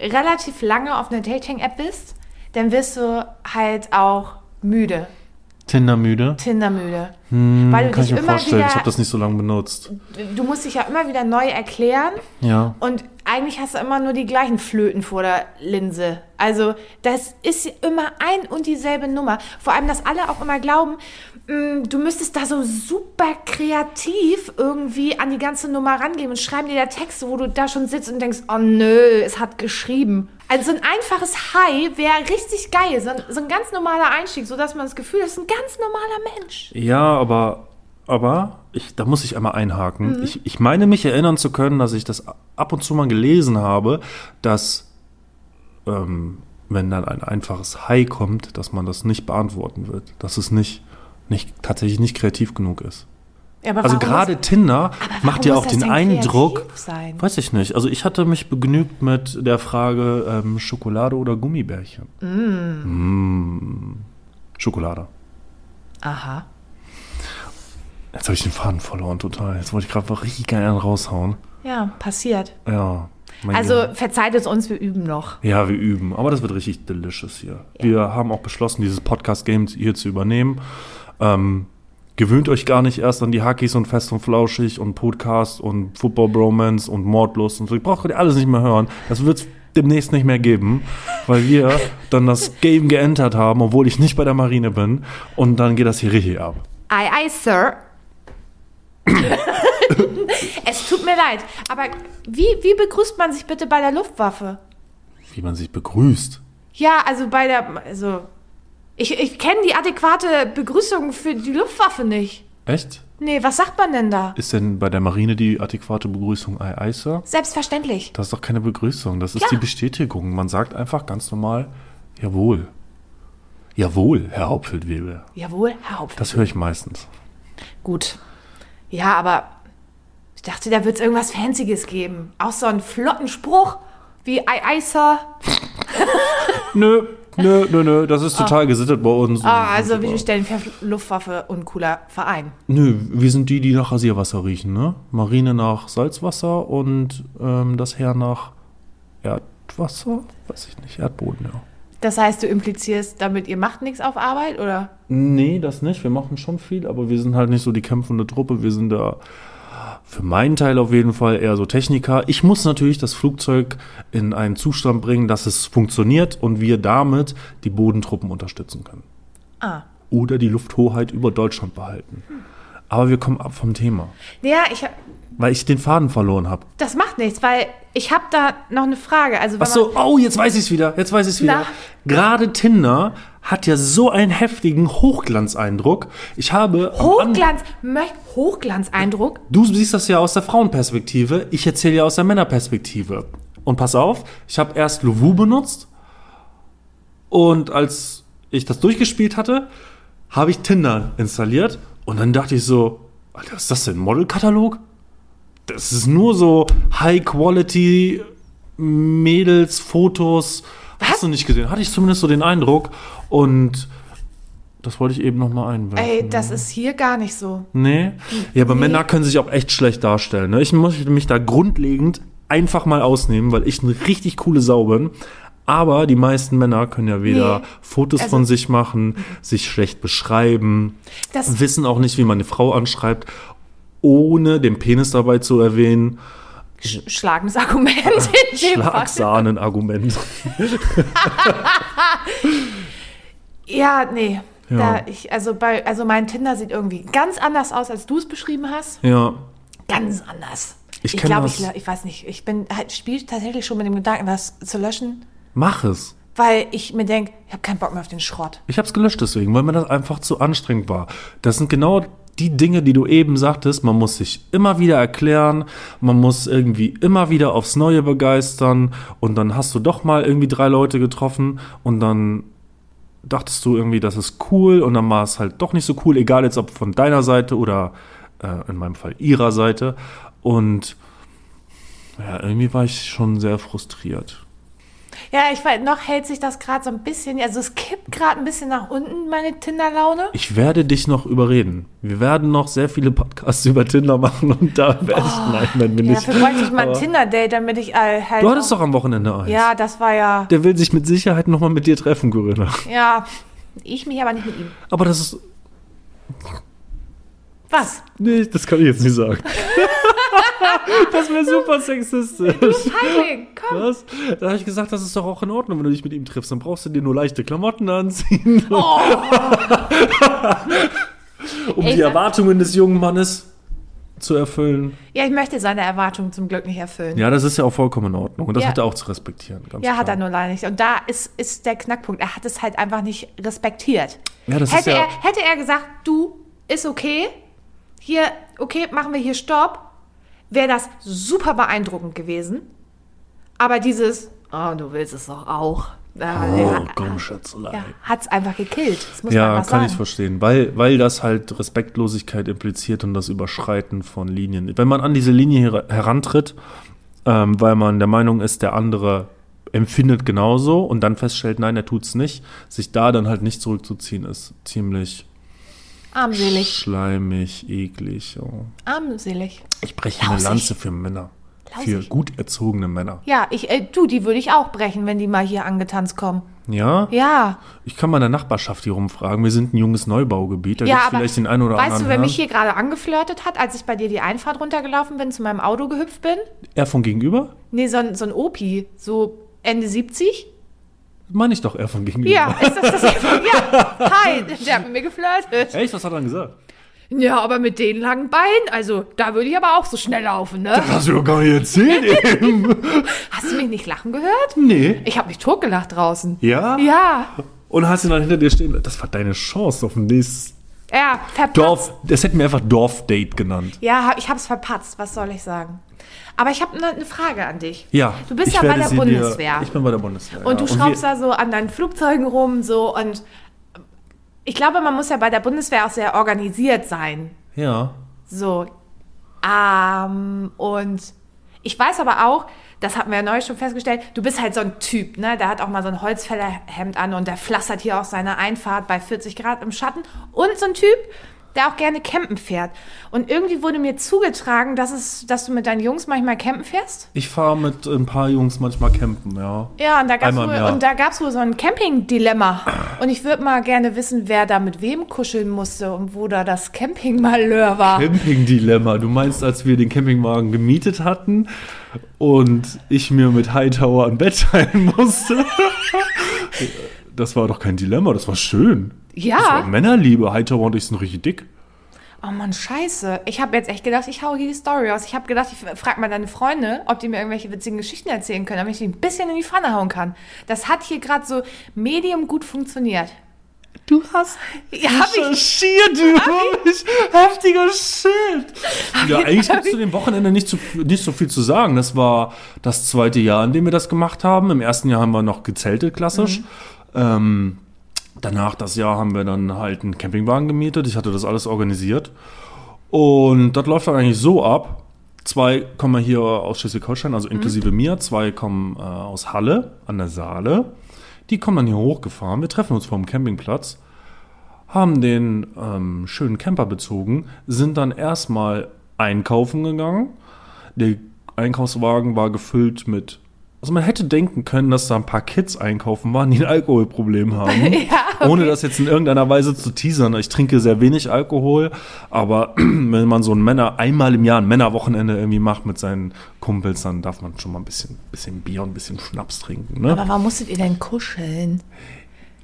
A: relativ lange auf einer Dating-App bist, dann wirst du halt auch müde,
B: Tindermüde.
A: Tindermüde. weil du
B: Hm, Kann ich
A: dich
B: mir
A: immer
B: vorstellen, ich habe
A: wieder
B: das nicht so lange benutzt.
A: du musst dich ja immer wieder neu erklären
B: Ja.
A: und eigentlich hast du immer nur die gleichen Flöten vor der Linse. Also das ist immer ein und dieselbe Nummer. Vor allem, dass alle auch immer glauben, mh, du müsstest da so super kreativ irgendwie an die ganze Nummer rangehen und schreiben dir da Texte, wo du da schon sitzt und denkst, oh nö, es hat geschrieben. Also so ein einfaches Hi wäre richtig geil, so ein, so ein ganz normaler Einstieg, sodass man das Gefühl hat, es ist ein ganz normaler Mensch.
B: Ja, aber, aber ich, da muss ich einmal
A: Mhm.
B: einhaken. Ich, ich meine mich erinnern zu können, dass ich das ab und zu mal gelesen habe, dass ähm, wenn dann ein einfaches Hi kommt, dass man das nicht beantworten wird. Dass es nicht, nicht tatsächlich nicht kreativ genug ist.
A: Ja, aber
B: Also
A: warum
B: gerade
A: muss-
B: Tinder
A: aber
B: macht
A: warum
B: ja
A: muss
B: auch
A: das
B: den
A: denn
B: Eindruck,
A: kreativ sein?
B: weiß ich nicht. Also ich hatte mich begnügt mit der Frage ähm, Schokolade oder Gummibärchen. Mm.
A: Mm.
B: Schokolade.
C: Aha.
B: Jetzt habe ich den Faden verloren total. Jetzt wollte ich gerade mal richtig geil einen raushauen.
A: Ja, passiert.
B: Ja. mein Gehirn.
A: Also verzeiht es uns, wir üben noch.
B: Ja, wir üben. Aber das wird richtig delicious hier. Wir haben auch beschlossen, dieses Podcast-Game hier zu übernehmen. Ähm, gewöhnt euch gar nicht erst an die Hackies und Fest und Flauschig und Podcast und Football Bromance und Mordlust und so. Ihr braucht ihr alles nicht mehr hören. Das wird es demnächst nicht mehr geben, weil wir dann das Game geentert haben, obwohl ich nicht bei der Marine bin. Und dann geht das hier richtig ab.
A: Ei, ei, Sir. es tut mir leid, aber wie, wie begrüßt man sich bitte bei der Luftwaffe?
B: Wie man sich begrüßt.
A: Ja, also bei der. Also, ich, ich kenne die adäquate Begrüßung für die Luftwaffe nicht.
B: Echt?
A: Nee, was sagt man denn da?
B: Ist denn bei der Marine die adäquate Begrüßung Ei, Ei, Sir?
A: Selbstverständlich.
B: Das ist doch keine Begrüßung, das ist
A: Ja.
B: die Bestätigung. Man sagt einfach ganz normal, jawohl. Jawohl, Herr Hauptfeldwebel.
A: Jawohl, Herr Haupt.
B: Das höre ich meistens.
A: Gut. Ja, aber ich dachte, da wird es irgendwas Fancyes geben. Auch so einen flotten Spruch wie Ei, ei, Sir.
B: Nö, nö, nö, nö, das ist total gesittet bei uns.
A: Ah, also wir stellen Ver- Luftwaffe uncooler Verein.
B: Nö, wir sind die, die nach Rasierwasser riechen, ne? Marine nach Salzwasser und ähm, das Herr nach Erdwasser? Weiß ich nicht, Erdboden, ja.
A: Das heißt, du implizierst damit, ihr macht nichts auf Arbeit, oder?
B: Nee, das nicht. Wir machen schon viel, aber wir sind halt nicht so die kämpfende Truppe. Wir sind da für meinen Teil auf jeden Fall eher so Techniker. Ich muss natürlich das Flugzeug in einen Zustand bringen, dass es funktioniert und wir damit die Bodentruppen unterstützen können.
A: Ah. Hm.
B: Oder die Lufthoheit über Deutschland behalten. Aber wir kommen ab vom Thema,
A: Ja, ich hab,
B: weil ich den Faden verloren habe.
A: das macht nichts, weil ich habe da noch eine Frage. Also wenn
B: Ach so, oh, jetzt weiß ich es wieder. Jetzt weiß ich es
A: Na?
B: wieder. Gerade Tinder hat ja so einen heftigen Hochglanzeindruck. Ich habe
A: man
B: am Anfang-
A: Hochglanz, möcht- Hochglanzeindruck.
B: Du siehst das ja aus der Frauenperspektive, ich erzähle ja aus der Männerperspektive. Und pass auf, ich habe erst Louvou benutzt Und als ich das durchgespielt hatte, habe ich Tinder installiert. Und dann dachte ich so, Alter, was ist das denn? Modelkatalog? Das ist nur so High-Quality Mädels, Fotos. Hast du nicht gesehen? Hatte ich zumindest so den Eindruck. Und das wollte ich eben nochmal einwerfen.
A: Ey, das ist hier gar nicht so.
B: Nee. Ja, aber Männer können sich auch echt schlecht darstellen. Ne? Ich muss mich da grundlegend einfach mal ausnehmen, weil ich eine richtig coole Sau bin. Aber die meisten Männer können ja weder
A: Nee. Also
B: Fotos von sich machen, sich schlecht beschreiben,
A: Das-
B: wissen auch nicht, wie man eine Frau anschreibt, ohne den Penis dabei zu erwähnen.
A: Sch schlagendes Argument in dem Fall.
B: Schlagsahnen-Argument.
A: Ja, nee.
B: Ja.
A: Da ich, also, bei, also mein Tinder sieht irgendwie ganz anders aus, als du es beschrieben hast.
B: Ja.
A: Ganz anders.
B: Ich
A: ich
B: kenn
A: glaube,
B: das.
A: ich, la- ich weiß nicht. Ich bin halt, spiele tatsächlich schon mit dem Gedanken, das zu löschen,
B: Mach es.
A: weil ich mir denke, ich habe keinen Bock mehr auf den Schrott.
B: Ich habe es gelöscht deswegen, weil mir das einfach zu anstrengend war. Das sind genau die Dinge, die du eben sagtest. Man muss sich immer wieder erklären, man muss irgendwie immer wieder aufs Neue begeistern und dann hast du doch mal irgendwie drei Leute getroffen und dann dachtest du irgendwie, das ist cool und dann war es halt doch nicht so cool, egal jetzt ob von deiner Seite oder äh, in meinem Fall ihrer Seite. Und ja, irgendwie war ich schon sehr frustriert.
A: Ja, ich weiß, noch hält sich das gerade so ein bisschen, also es kippt gerade ein bisschen nach unten, meine Tinder-Laune.
B: Ich werde dich noch überreden. Wir werden noch sehr viele Podcasts über Tinder machen und da werde ich. Nein, nein, wir
A: Oh. Ja,
B: nicht.
A: dafür bräuchte ich mal ein
B: Aber
A: Tinder-Date, damit ich äh, halt.
B: du hattest doch am Wochenende eins.
A: Ja, das war ja.
B: Der will sich mit Sicherheit nochmal mit dir treffen, Corinna.
A: Ja, ich mich aber nicht mit ihm.
B: Aber das ist.
A: Was?
B: Nee, das kann ich jetzt nicht sagen. das wäre super sexistisch.
A: Feigling, komm.
B: Was? Da habe ich gesagt, das ist doch auch in Ordnung, wenn du dich mit ihm triffst. Dann brauchst du dir nur leichte Klamotten anziehen.
A: Oh.
B: um
A: Ey,
B: die
A: sag-
B: Erwartungen des jungen Mannes zu erfüllen.
A: Ja, ich möchte seine Erwartungen zum Glück nicht erfüllen. Ja,
B: Ja, das ist ja auch vollkommen in Ordnung. Und das
A: Ja.
B: hat er auch zu respektieren. Ganz
A: hat er
B: klar.
A: nur leider nicht. Und da ist, ist der Knackpunkt. Er hat es halt einfach nicht respektiert.
B: Ja, das ist
A: hätte,
B: ja-
A: er, hätte er gesagt, du, ist okay, hier, okay, machen wir hier Stopp, wäre das super beeindruckend gewesen. Aber dieses, oh, du willst es doch auch. Oh,
B: Oh,
A: ja,
B: komm, Schätzelein.
A: ja, hat es einfach gekillt. Das muss man
B: Ja,
A: einfach
B: kann ich
A: sagen.
B: verstehen, weil, weil das halt Respektlosigkeit impliziert und das Überschreiten von Linien. Wenn man an diese Linie her herantritt, ähm, weil man der Meinung ist, der andere empfindet genauso und dann feststellt, nein, er tut's nicht, sich da dann halt nicht zurückzuziehen, ist ziemlich
A: Armselig,
B: schleimig, eklig. ja.
A: armselig.
B: Ich breche eine
A: Lausig.
B: Lanze für Männer. Für
A: Lausig.
B: gut erzogene Männer.
A: Ja, ich, äh, du, die würde ich auch brechen, wenn die mal hier angetanzt kommen.
B: Ja?
A: Ja,
B: Ich kann meiner Nachbarschaft hier rumfragen. Wir sind ein junges Neubaugebiet. Da
A: ja,
B: gibt's
A: aber
B: vielleicht den einen oder
A: weißt
B: anderen.
A: du, wer
B: Herrn.
A: mich hier gerade angeflirtet hat, als ich bei dir die Einfahrt runtergelaufen bin, zu meinem Auto gehüpft bin?
B: Er von gegenüber?
A: Nee, so ein, so ein Opi, so Ende 70?
B: Meine ich doch, er von gegenüber.
A: Ja, ist das das? ja, hi, der hat mit mir geflirtet.
B: Echt? Was hat er denn gesagt?
A: Ja, aber mit den langen Beinen, also da würde ich aber auch so schnell laufen, ne?
B: Hast du doch gar nicht erzählt.
A: Hast du mich nicht lachen gehört?
B: nee.
A: Ich habe mich totgelacht draußen.
B: Ja?
A: Ja,
B: Und hast ihn dann hinter dir stehen. Das war deine Chance auf ein nächstes
A: ja, verpatzt.
B: Dorf. Das hätten wir einfach Dorfdate genannt.
A: Ja, hab- ich hab's verpatzt, was soll ich sagen? Aber ich habe eine ne Frage an dich.
B: Ja.
A: Du bist
B: ich
A: ja bei
B: werde
A: der
B: sie
A: Bundeswehr.
B: Dir, ich bin bei der Bundeswehr.
A: Und du
B: ja.
A: schraubst da
B: Genau. wir-
A: so an deinen Flugzeugen rum, so und ich glaube, man muss ja bei der Bundeswehr auch sehr organisiert sein.
B: Ja.
A: So. Ähm, und ich weiß aber auch, das hatten wir ja neulich schon festgestellt, du bist halt so ein Typ, ne? Der hat auch mal so ein Holzfällerhemd an und der flassert hier auch seine Einfahrt bei 40 Grad im Schatten. Und so ein Typ, der auch gerne campen fährt. Und irgendwie wurde mir zugetragen, dass, es, dass du mit deinen Jungs manchmal campen fährst.
B: Ich fahre mit ein paar Jungs manchmal campen, ja.
A: Ja, und da gab's
B: Einmal im
A: wohl,
B: Jahr.
A: und da gab's wohl so ein Camping-Dilemma. Und ich würde mal gerne wissen, wer da mit wem kuscheln musste und wo da das Camping-Malheur war.
B: Camping-Dilemma. Du meinst, als wir den Campingwagen gemietet hatten und ich mir mit Hightower ein Bett teilen musste? Das war doch kein Dilemma, das war schön. Das war
A: ja.
B: Männerliebe. Hightower und ich sind richtig dick.
A: Oh Mann, scheiße. Ich habe jetzt echt gedacht, ich hau hier die Story aus. Ich habe gedacht, ich frage mal deine Freunde, ob die mir irgendwelche witzigen Geschichten erzählen können, damit ich die ein bisschen in die Pfanne hauen kann. Das hat hier gerade so medium gut funktioniert.
B: Du hast
A: Ja, hab ich.
B: recherchiert, du ich, heftiger Shit. Ja, eigentlich gibt es zu dem Wochenende nicht, zu, nicht so viel zu sagen.
A: Mhm.
B: Das war das zweite Jahr, in dem wir das gemacht haben. Im ersten Jahr haben wir noch gezeltet, klassisch. Ähm, danach das Jahr haben wir dann halt einen Campingwagen gemietet. Ich hatte das alles organisiert. Und das läuft dann eigentlich so ab. Zwei kommen hier aus Schleswig-Holstein,
A: Mhm.
B: also inklusive mir. Zwei kommen äh, aus Halle an der Saale. Die kommen dann hier hochgefahren. Wir treffen uns vor dem Campingplatz, haben den ähm, schönen Camper bezogen, sind dann erstmal einkaufen gegangen. Der Einkaufswagen war gefüllt mit. Also man hätte denken können, dass da ein paar Kids einkaufen waren, die ein Alkoholproblem haben. Ohne das jetzt in irgendeiner Weise zu teasern. Ich trinke sehr wenig Alkohol, aber wenn man so ein Männer einmal im Jahr ein Männerwochenende irgendwie macht mit seinen Kumpels, dann darf man schon mal ein bisschen, bisschen Bier und ein bisschen Schnaps trinken. Ne?
A: Aber warum musstet ihr denn kuscheln?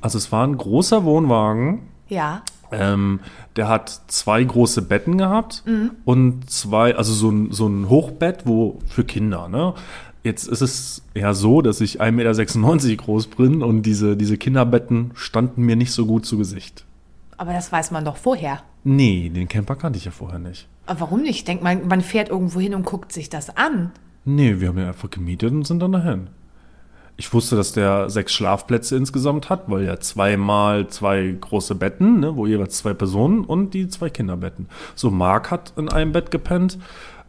B: Also es war ein großer Wohnwagen.
A: Ja.
B: Ähm, der hat zwei große Betten gehabt und zwei, also so ein, so ein Hochbett, wo für Kinder, ne? Jetzt ist es ja so, dass ich 1,96 Meter groß bin und diese, diese Kinderbetten standen mir nicht so gut zu Gesicht.
A: Aber das weiß man doch vorher.
B: Nee, den Camper kannte ich ja vorher nicht.
A: Aber warum nicht? Ich denke, man, man fährt irgendwo hin und guckt sich das an.
B: Nee, wir haben den einfach gemietet und sind dann dahin. Ich wusste, dass der sechs Schlafplätze insgesamt hat, weil ja zweimal zwei große Betten, ne, wo jeweils zwei Personen und die zwei Kinderbetten. So, Marc hat in einem Bett gepennt,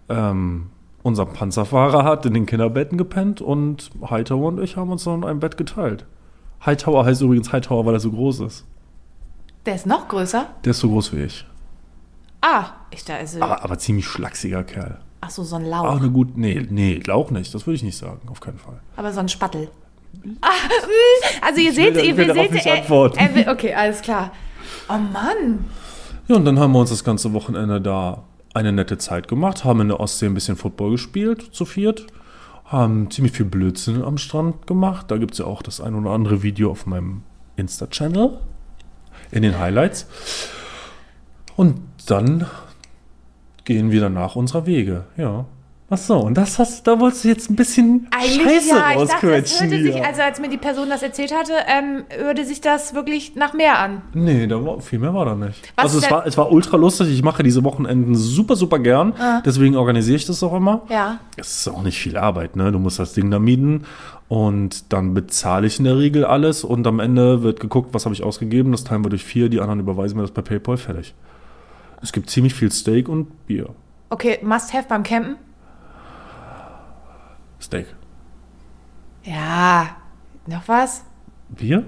B: ähm, unser Panzerfahrer hat in den Kinderbetten gepennt und Hightower und ich haben uns dann in einem Bett geteilt. Hightower heißt übrigens Hightower, weil er so groß ist.
A: Der ist noch größer.
B: Der ist so groß wie ich.
A: Ah, ich da also.
B: Aber, aber ziemlich schlachsiger Kerl.
A: Ach so, so ein
B: Auch
A: Lauch.
B: eine gute. Nee, nee, Lauch nicht. Das würde ich nicht sagen, auf keinen Fall.
A: Aber so ein Spattel. Ah, mh, also ihr
B: will
A: seht,
B: da- ich
A: ihr
B: will darauf
A: seht,
B: nicht
A: er,
B: antworten.
A: er will, okay, alles klar. Oh Mann,
B: Ja, und dann haben wir uns das ganze Wochenende da eine nette Zeit gemacht, haben in der Ostsee ein bisschen Football gespielt, zu viert, haben ziemlich viel Blödsinn am Strand gemacht. Da gibt es ja auch das ein oder andere Video auf meinem Insta-Channel in den Highlights. Und dann gehen wir danach unserer Wege, ja. Ach so, und das hast, da wolltest du jetzt ein bisschen
A: eigentlich
B: Scheiße
A: ja. Ich dachte, das
B: rausquetschen
A: hörte sich,
B: hier.
A: also als mir die Person das erzählt hatte, ähm, hörte sich das wirklich nach mehr an.
B: Nee, da war, viel mehr war da nicht.
A: Was
B: also es
A: denn-
B: war, es war ultra lustig. Ich mache diese Wochenenden super, super gern. Deswegen organisiere ich das auch immer.
A: Ah. Ja.
B: Es ist auch nicht viel Arbeit, ne? Du musst das Ding da mieten und dann bezahle ich in der Regel alles und am Ende wird geguckt, was habe ich ausgegeben. Das teilen wir durch vier, die anderen überweisen mir das per PayPal fertig. Es gibt ziemlich viel Steak und Bier.
A: Okay, must have beim Campen?
B: Steak.
A: Ja. Noch was?
B: Bier?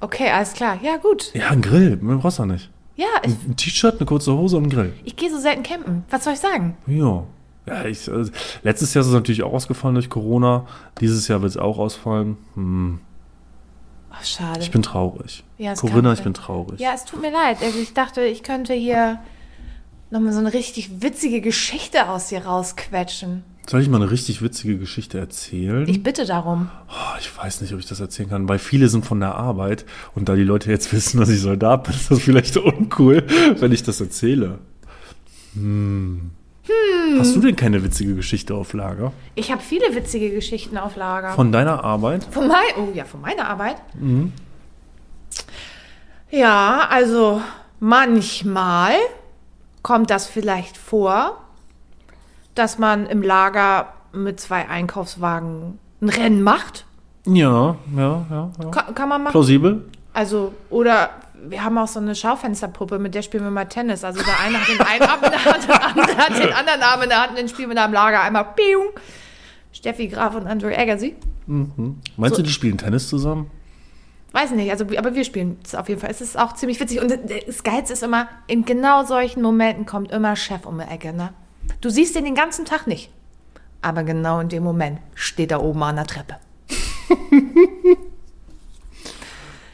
A: Okay, alles klar. Ja, gut.
B: Ja, ein Grill. Mehr brauchst du nicht.
A: Ja, ich,
B: Ein T-Shirt, eine kurze Hose und ein Grill.
A: ich gehe so selten campen. Was soll ich sagen?
B: Ja. ja ich, äh, letztes Jahr ist es natürlich auch ausgefallen durch Corona. Dieses Jahr wird es auch ausfallen. Hm,
A: Ach, schade.
B: ich bin traurig.
A: Ja, es
B: Corinna,
A: kann
B: ich bin traurig.
A: ja, es tut mir leid. Also ich dachte, ich könnte hier nochmal so eine richtig witzige Geschichte aus dir rausquetschen.
B: Soll ich mal eine richtig witzige Geschichte erzählen?
A: Ich bitte darum.
B: Oh, ich weiß nicht, ob ich das erzählen kann, weil viele sind von der Arbeit und da die Leute jetzt wissen, dass ich Soldat bin, ist das vielleicht uncool, wenn ich das erzähle. Hm. Hast du denn keine witzige Geschichte auf Lager?
A: Ich habe viele witzige Geschichten auf Lager.
B: Von deiner Arbeit?
A: Von mein, oh ja, von meiner Arbeit. Ja, also manchmal kommt das vielleicht vor, dass man im Lager mit zwei Einkaufswagen ein Rennen macht.
B: Ja, ja, ja. ja.
A: Ka- kann man machen.
B: Plausibel?
A: Also, oder wir haben auch so eine Schaufensterpuppe, mit der spielen wir mal Tennis. Also der eine hat den einen Arm in der Hand, der andere hat den anderen Arm in der Hand und dann spielen wir da im Lager einmal Piung. Steffi Graf und Andre Agassi.
B: Meinst
A: So-
B: du, die spielen Tennis zusammen?
A: Weiß nicht, also, aber wir spielen es auf jeden Fall. Es ist auch ziemlich witzig. Und das Geilste ist immer, in genau solchen Momenten kommt immer Chef um die Ecke, ne? Du siehst den den ganzen Tag nicht. Aber genau in dem Moment steht er oben an der Treppe.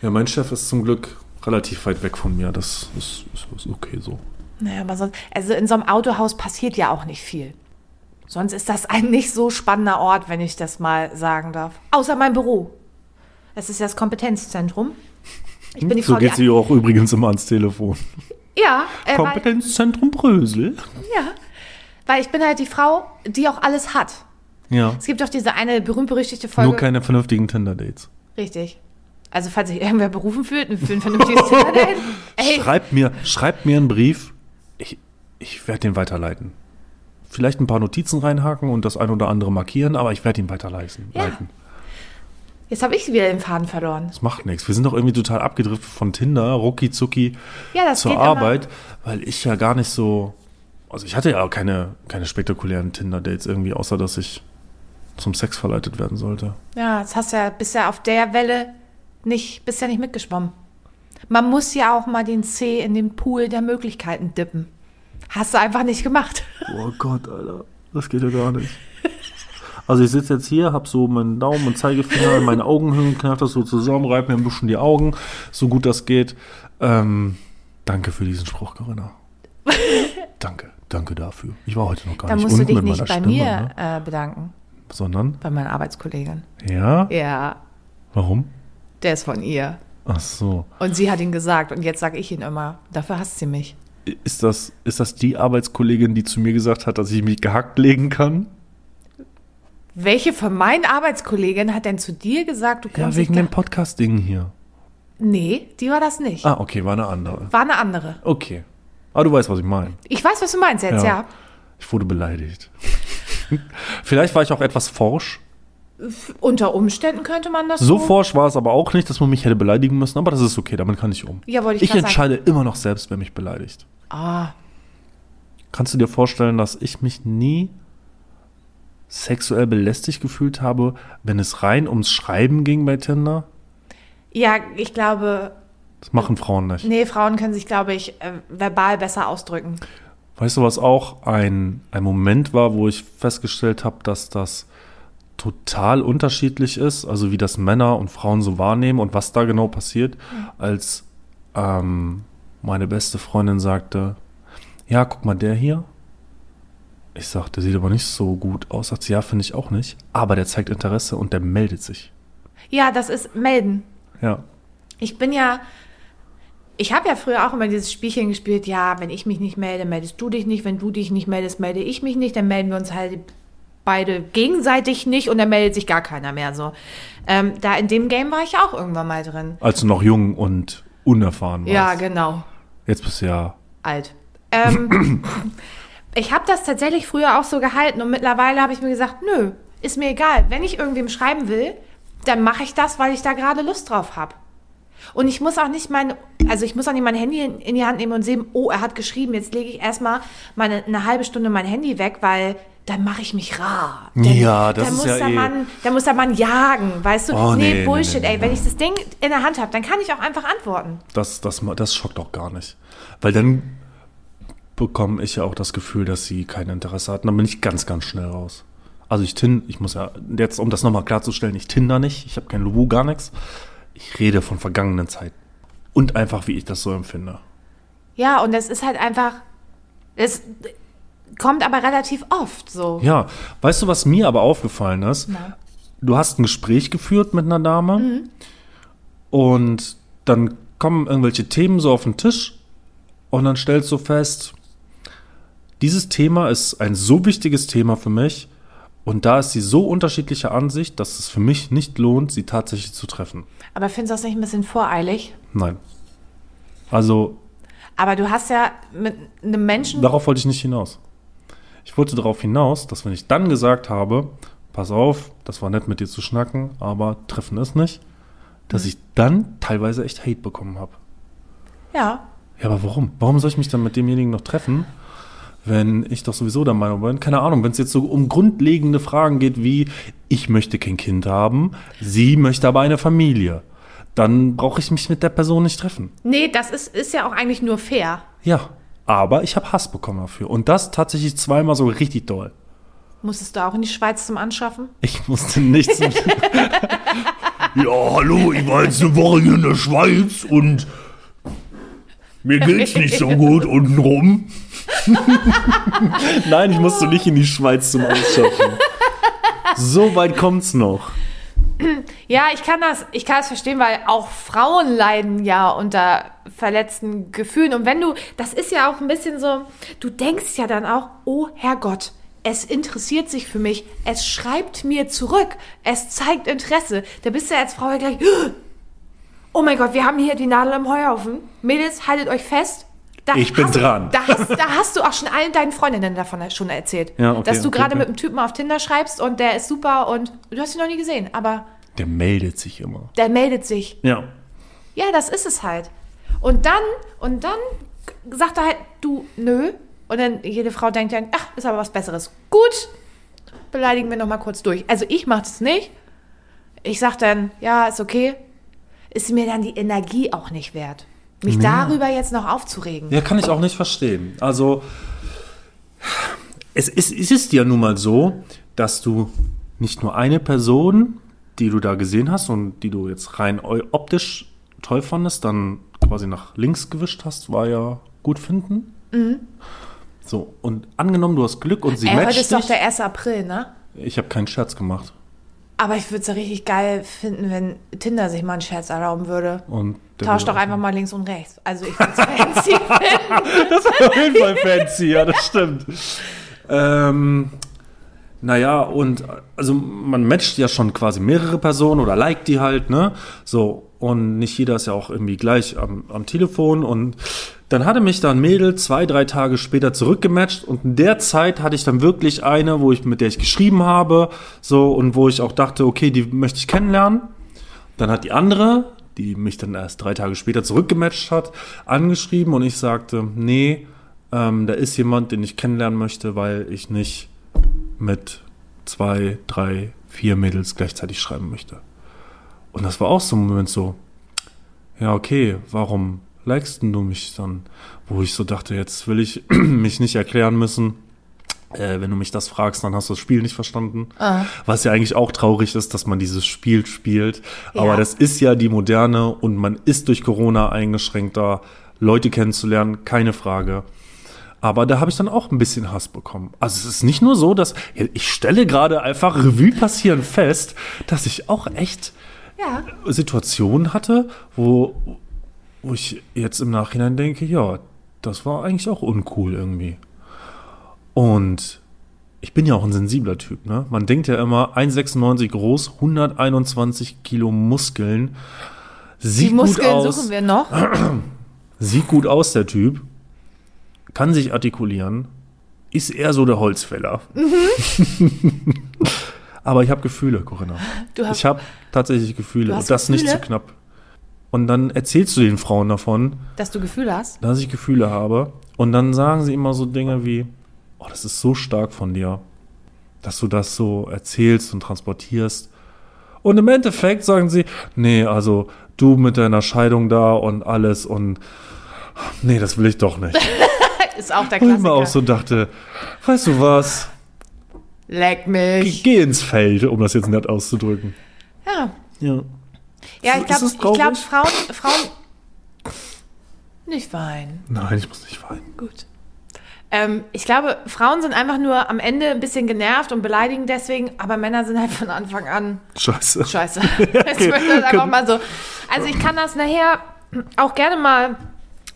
B: Ja, mein Chef ist zum Glück relativ weit weg von mir. Das ist, ist, ist okay so.
A: Naja, aber sonst, also in so einem Autohaus passiert ja auch nicht viel. Sonst ist das ein nicht so spannender Ort, wenn ich das mal sagen darf. Außer mein Büro. Es ist ja das Kompetenzzentrum. Ich bin die
B: so
A: Frau, die
B: geht sie auch übrigens immer ans Telefon.
A: Ja, äh, weil,
B: Kompetenzzentrum Brösel.
A: ja, weil ich bin halt die Frau, die auch alles hat.
B: Ja.
A: Es gibt doch diese eine berühmt-berüchtigte Folge.
B: Nur keine vernünftigen Tinder-Dates.
A: Richtig. Also, falls sich irgendwer berufen fühlt, für ein vernünftiges Tinder-Date. Ey,
B: Schreibt mir, schreibt mir einen Brief. Ich, ich werde den weiterleiten. Vielleicht ein paar Notizen reinhaken und das ein oder andere markieren, aber ich werde ihn weiterleiten.
A: Ja.
B: leiten.
A: Jetzt habe ich wieder den Faden verloren.
B: Das macht nichts. Wir sind doch irgendwie total abgedriftet von Tinder, rucki zucki
A: Ja, das
B: zur
A: geht immer-
B: Arbeit, weil ich ja gar nicht so. Also ich hatte ja auch keine, keine spektakulären Tinder-Dates irgendwie, außer dass ich zum Sex verleitet werden sollte.
A: Ja, jetzt hast du ja, bist ja auf der Welle nicht, bist ja nicht mitgeschwommen. Man muss ja auch mal den C in den Pool der Möglichkeiten dippen. Hast du einfach nicht gemacht.
B: Oh Gott, Alter. Das geht ja gar nicht. Also ich sitze jetzt hier, habe so meinen Daumen und Zeigefinger in meinen Augenhöhlen, knapp das so zusammen, reibe mir ein bisschen die Augen, so gut das geht. Ähm, danke für diesen Spruch, Corinna. danke, danke dafür. Ich war heute noch gar
A: Da
B: nicht
A: musst du
B: unten
A: dich
B: mit
A: nicht
B: meiner
A: bei
B: Stimme,
A: mir
B: ne?
A: äh, bedanken,
B: sondern
A: bei meiner Arbeitskollegin.
B: ja,
A: Ja,
B: warum?
A: der ist von ihr.
B: Ach so,
A: Und sie hat ihn gesagt und jetzt sage ich ihn immer. Dafür hasst sie mich.
B: ist das ist das die Arbeitskollegin, die zu mir gesagt hat, dass ich mich gehackt legen kann?
A: Welche von meinen Arbeitskollegen hat denn zu dir gesagt, du
B: Ja,
A: kannst
B: wegen
A: dich
B: dem Podcast Ding hier.
A: da- Nee, die war das nicht.
B: Ah, okay, war eine andere.
A: War eine andere.
B: Okay. Aber du weißt, was ich meine.
A: Ich weiß, was du meinst jetzt,
B: Ja.
A: ja.
B: Ich wurde beleidigt. Vielleicht war ich auch etwas forsch.
A: Unter Umständen könnte man das
B: So forsch war es aber auch nicht, dass man mich hätte beleidigen müssen, aber das ist okay, damit kann ich um.
A: Ja, wollte ich
B: ich
A: grad sagen.
B: entscheide immer noch selbst, wer mich beleidigt.
A: Ah,
B: Kannst du dir vorstellen, dass ich mich nie sexuell belästigt gefühlt habe, wenn es rein ums Schreiben ging bei Tinder?
A: Ja, ich glaube,
B: Das machen Frauen nicht.
A: nee, Frauen können sich, glaube ich, äh, verbal besser ausdrücken.
B: Weißt du, was auch ein, ein Moment war, wo ich festgestellt habe, dass das total unterschiedlich ist, also wie das Männer und Frauen so wahrnehmen und was da genau passiert, als ähm, meine beste Freundin sagte, ja, guck mal, der hier. Ich sagte, sieht aber nicht so gut aus. Sagt sie, ja, finde ich auch nicht. Aber der zeigt Interesse und der meldet sich.
A: Ja, das ist melden.
B: Ja.
A: Ich bin ja, ich habe ja früher auch immer dieses Spielchen gespielt, ja, wenn ich mich nicht melde, meldest du dich nicht, wenn du dich nicht meldest, melde ich mich nicht, dann melden wir uns halt beide gegenseitig nicht und dann meldet sich gar keiner mehr so. Ähm, da in dem Game war ich auch irgendwann mal drin.
B: Als du noch jung und unerfahren warst.
A: Ja, genau.
B: Jetzt bist du ja.
A: alt. Ähm, ich habe das tatsächlich früher auch so gehalten und mittlerweile habe ich mir gesagt, nö, ist mir egal. Wenn ich irgendwem schreiben will, dann mache ich das, weil ich da gerade Lust drauf habe. Und ich muss auch nicht mein, also ich muss auch nicht mein Handy in, in die Hand nehmen und sehen, oh, er hat geschrieben, jetzt lege ich erstmal meine, eine halbe Stunde mein Handy weg, weil dann mache ich mich rar. Dann,
B: Ja, das
A: dann
B: ist
A: muss
B: ja
A: der
B: eh-
A: Mann, Dann muss der Mann jagen, weißt du?
B: Oh, nee, nee,
A: nee, Bullshit,
B: nee, nee,
A: ey. Wenn ich das Ding in der Hand habe, dann kann ich auch einfach antworten.
B: Das, das, ma- das schockt auch gar nicht. Weil dann bekomme ich ja auch das Gefühl, dass sie kein Interesse hatten. Dann bin ich ganz, ganz schnell raus. Also ich tin, ich muss ja, jetzt um das nochmal klarzustellen, ich tinder nicht, ich habe kein Lobo, gar nichts. Ich rede von vergangenen Zeiten. Und einfach, wie ich das so empfinde.
A: Ja, und das ist halt einfach. Es kommt aber relativ oft so.
B: Ja, weißt du, was mir aber aufgefallen ist? Du hast ein Gespräch geführt mit einer Dame und dann kommen irgendwelche Themen so auf den Tisch und dann stellst du fest, dieses Thema ist ein so wichtiges Thema für mich und da ist sie so unterschiedlicher Ansicht, dass es für mich nicht lohnt, sie tatsächlich zu treffen.
A: Aber findest du das nicht ein bisschen voreilig?
B: Nein. Also
A: Aber du hast ja mit einem Menschen.
B: Darauf wollte ich nicht hinaus. Ich wollte darauf hinaus, dass wenn ich dann gesagt habe, pass auf, das war nett mit dir zu schnacken, aber treffen ist nicht, dass ich dann teilweise echt Hate bekommen habe.
A: Ja.
B: Ja, aber warum? Warum soll ich mich dann mit demjenigen noch treffen, wenn ich doch sowieso der Meinung bin? Keine Ahnung, wenn es jetzt so um grundlegende Fragen geht wie, ich möchte kein Kind haben, sie möchte aber eine Familie, dann brauche ich mich mit der Person nicht treffen.
A: Nee, das ist, ist ja auch eigentlich nur fair.
B: Ja, aber ich habe Hass bekommen dafür. Und das tatsächlich zweimal so richtig doll.
A: Musstest du auch in die Schweiz zum Anschaffen?
B: Ich musste nichts mit. ja, hallo, ich war jetzt eine Woche hier in der Schweiz und mir geht's nicht so gut untenrum. Nein, ich musste nicht in die Schweiz zum Ausschaffen. So weit kommt's noch.
A: Ja, ich kann das, ich kann das verstehen, weil auch Frauen leiden ja unter verletzten Gefühlen. Und wenn du, das ist ja auch ein bisschen so, du denkst ja dann auch, oh Herrgott, es interessiert sich für mich, es schreibt mir zurück, es zeigt Interesse. Da bist du ja als Frau ja gleich, oh mein Gott, wir haben hier die Nadel im Heuhaufen. Mädels, haltet euch fest. Da
B: Ich bin
A: hast, du-
B: dran.
A: Da hast, da hast du auch schon allen deinen Freundinnen davon schon erzählt.
B: Ja, okay,
A: dass du
B: okay,
A: gerade
B: okay.
A: mit einem Typen auf Tinder schreibst und der ist super und du hast ihn noch nie gesehen, aber
B: Der meldet sich immer.
A: Der meldet sich.
B: Ja.
A: Ja, das ist es halt. Und dann, und dann sagt er halt, du, nö. Und dann jede Frau denkt dann, ach, ist aber was Besseres. Gut, beleidigen wir nochmal kurz durch. Also ich mach das nicht. Ich sag dann, ja, ist okay. Ist mir dann die Energie auch nicht wert, mich darüber jetzt noch aufzuregen.
B: Ja, kann ich auch nicht verstehen. Also, es ist, es ist ja nun mal so, dass du nicht nur eine Person, die du da gesehen hast und die du jetzt rein eu- optisch toll fandest, dann quasi nach links gewischt hast, war ja gut finden. So, und angenommen, du hast Glück und sie
A: Ey, Mhm. Äh, heute
B: matcht
A: ist doch
B: dich.
A: der 1. April, ne?
B: Ich habe keinen Scherz gemacht.
A: Aber ich würde es ja richtig geil finden, wenn Tinder sich mal einen Scherz erlauben würde.
B: Und Oh, der
A: Tausch
B: würde-
A: doch einfach mal links und rechts. Also ich find's fancy.
B: Das war auf jeden Fall fancy, ja, das stimmt. Ähm, naja, und äh, also man matcht ja schon quasi mehrere Personen oder liked die halt, ne? So, und nicht jeder ist ja auch irgendwie gleich am, am Telefon. Und dann hatte mich dann Mädel zwei, drei Tage später zurückgematcht und in der Zeit hatte ich dann wirklich eine, wo ich, mit der ich geschrieben habe, so, und wo ich auch dachte, okay, die möchte ich kennenlernen. Dann hat die andere, die mich dann erst drei Tage später zurückgematcht hat, angeschrieben und ich sagte, nee, ähm, da ist jemand, den ich kennenlernen möchte, weil ich nicht mit zwei, drei, vier Mädels gleichzeitig schreiben möchte. Und das war auch so ein Moment so, ja, okay, warum likest denn du mich dann? Wo ich so dachte, jetzt will ich mich nicht erklären müssen. Äh, wenn du mich das fragst, dann hast du das Spiel nicht verstanden. Was ja eigentlich auch traurig ist, dass man dieses Spiel spielt. Aber das ist ja die moderne und man ist durch Corona eingeschränkter, Leute kennenzulernen, keine Frage. Aber da habe ich dann auch ein bisschen Hass bekommen. Also es ist nicht nur so, dass ja, ich stelle gerade einfach Revue passieren fest, dass ich auch echt
A: ja.
B: Situationen hatte, wo, wo ich jetzt im Nachhinein denke, ja, das war eigentlich auch uncool irgendwie. Und ich bin ja auch ein sensibler Typ, ne? Man denkt ja immer, 1,96 groß, 121 Kilo Muskeln. Sieht
A: Die Muskeln
B: gut aus.
A: suchen wir noch.
B: Sieht gut aus, der Typ. Kann sich artikulieren. Ist eher so der Holzfäller.
A: Mhm.
B: Aber ich habe Gefühle, Corinna.
A: Du hast-
B: ich habe tatsächlich Gefühle.
A: Du
B: Und
A: hast
B: das nicht zu
A: Gefühle?
B: knapp. Und dann erzählst du den Frauen davon,
A: Dass du Gefühle hast.
B: dass ich Gefühle habe. Und dann sagen sie immer so Dinge wie, oh, das ist so stark von dir, dass du das so erzählst und transportierst. Und im Endeffekt sagen sie, nee, also du mit deiner Scheidung da und alles und nee, das will ich doch nicht.
A: Ist auch der
B: Und ich mir
A: Klassiker.
B: auch so dachte, weißt du was,
A: Leck
B: ich
A: mich.
B: geh ins Feld, um das jetzt nett auszudrücken.
A: Ja.
B: Ja.
A: Ja, ich
B: Ist
A: glaube,
B: es
A: ich
B: traurig?
A: glaub, Frauen, Frauen. Nicht weinen.
B: Nein, ich muss nicht weinen.
A: Gut. Ähm, ich glaube, Frauen sind einfach nur am Ende ein bisschen genervt und beleidigen deswegen, aber Männer sind halt von Anfang an
B: Scheiße.
A: scheiße. Jetzt wird das einfach mal so. Also ich kann das nachher auch gerne mal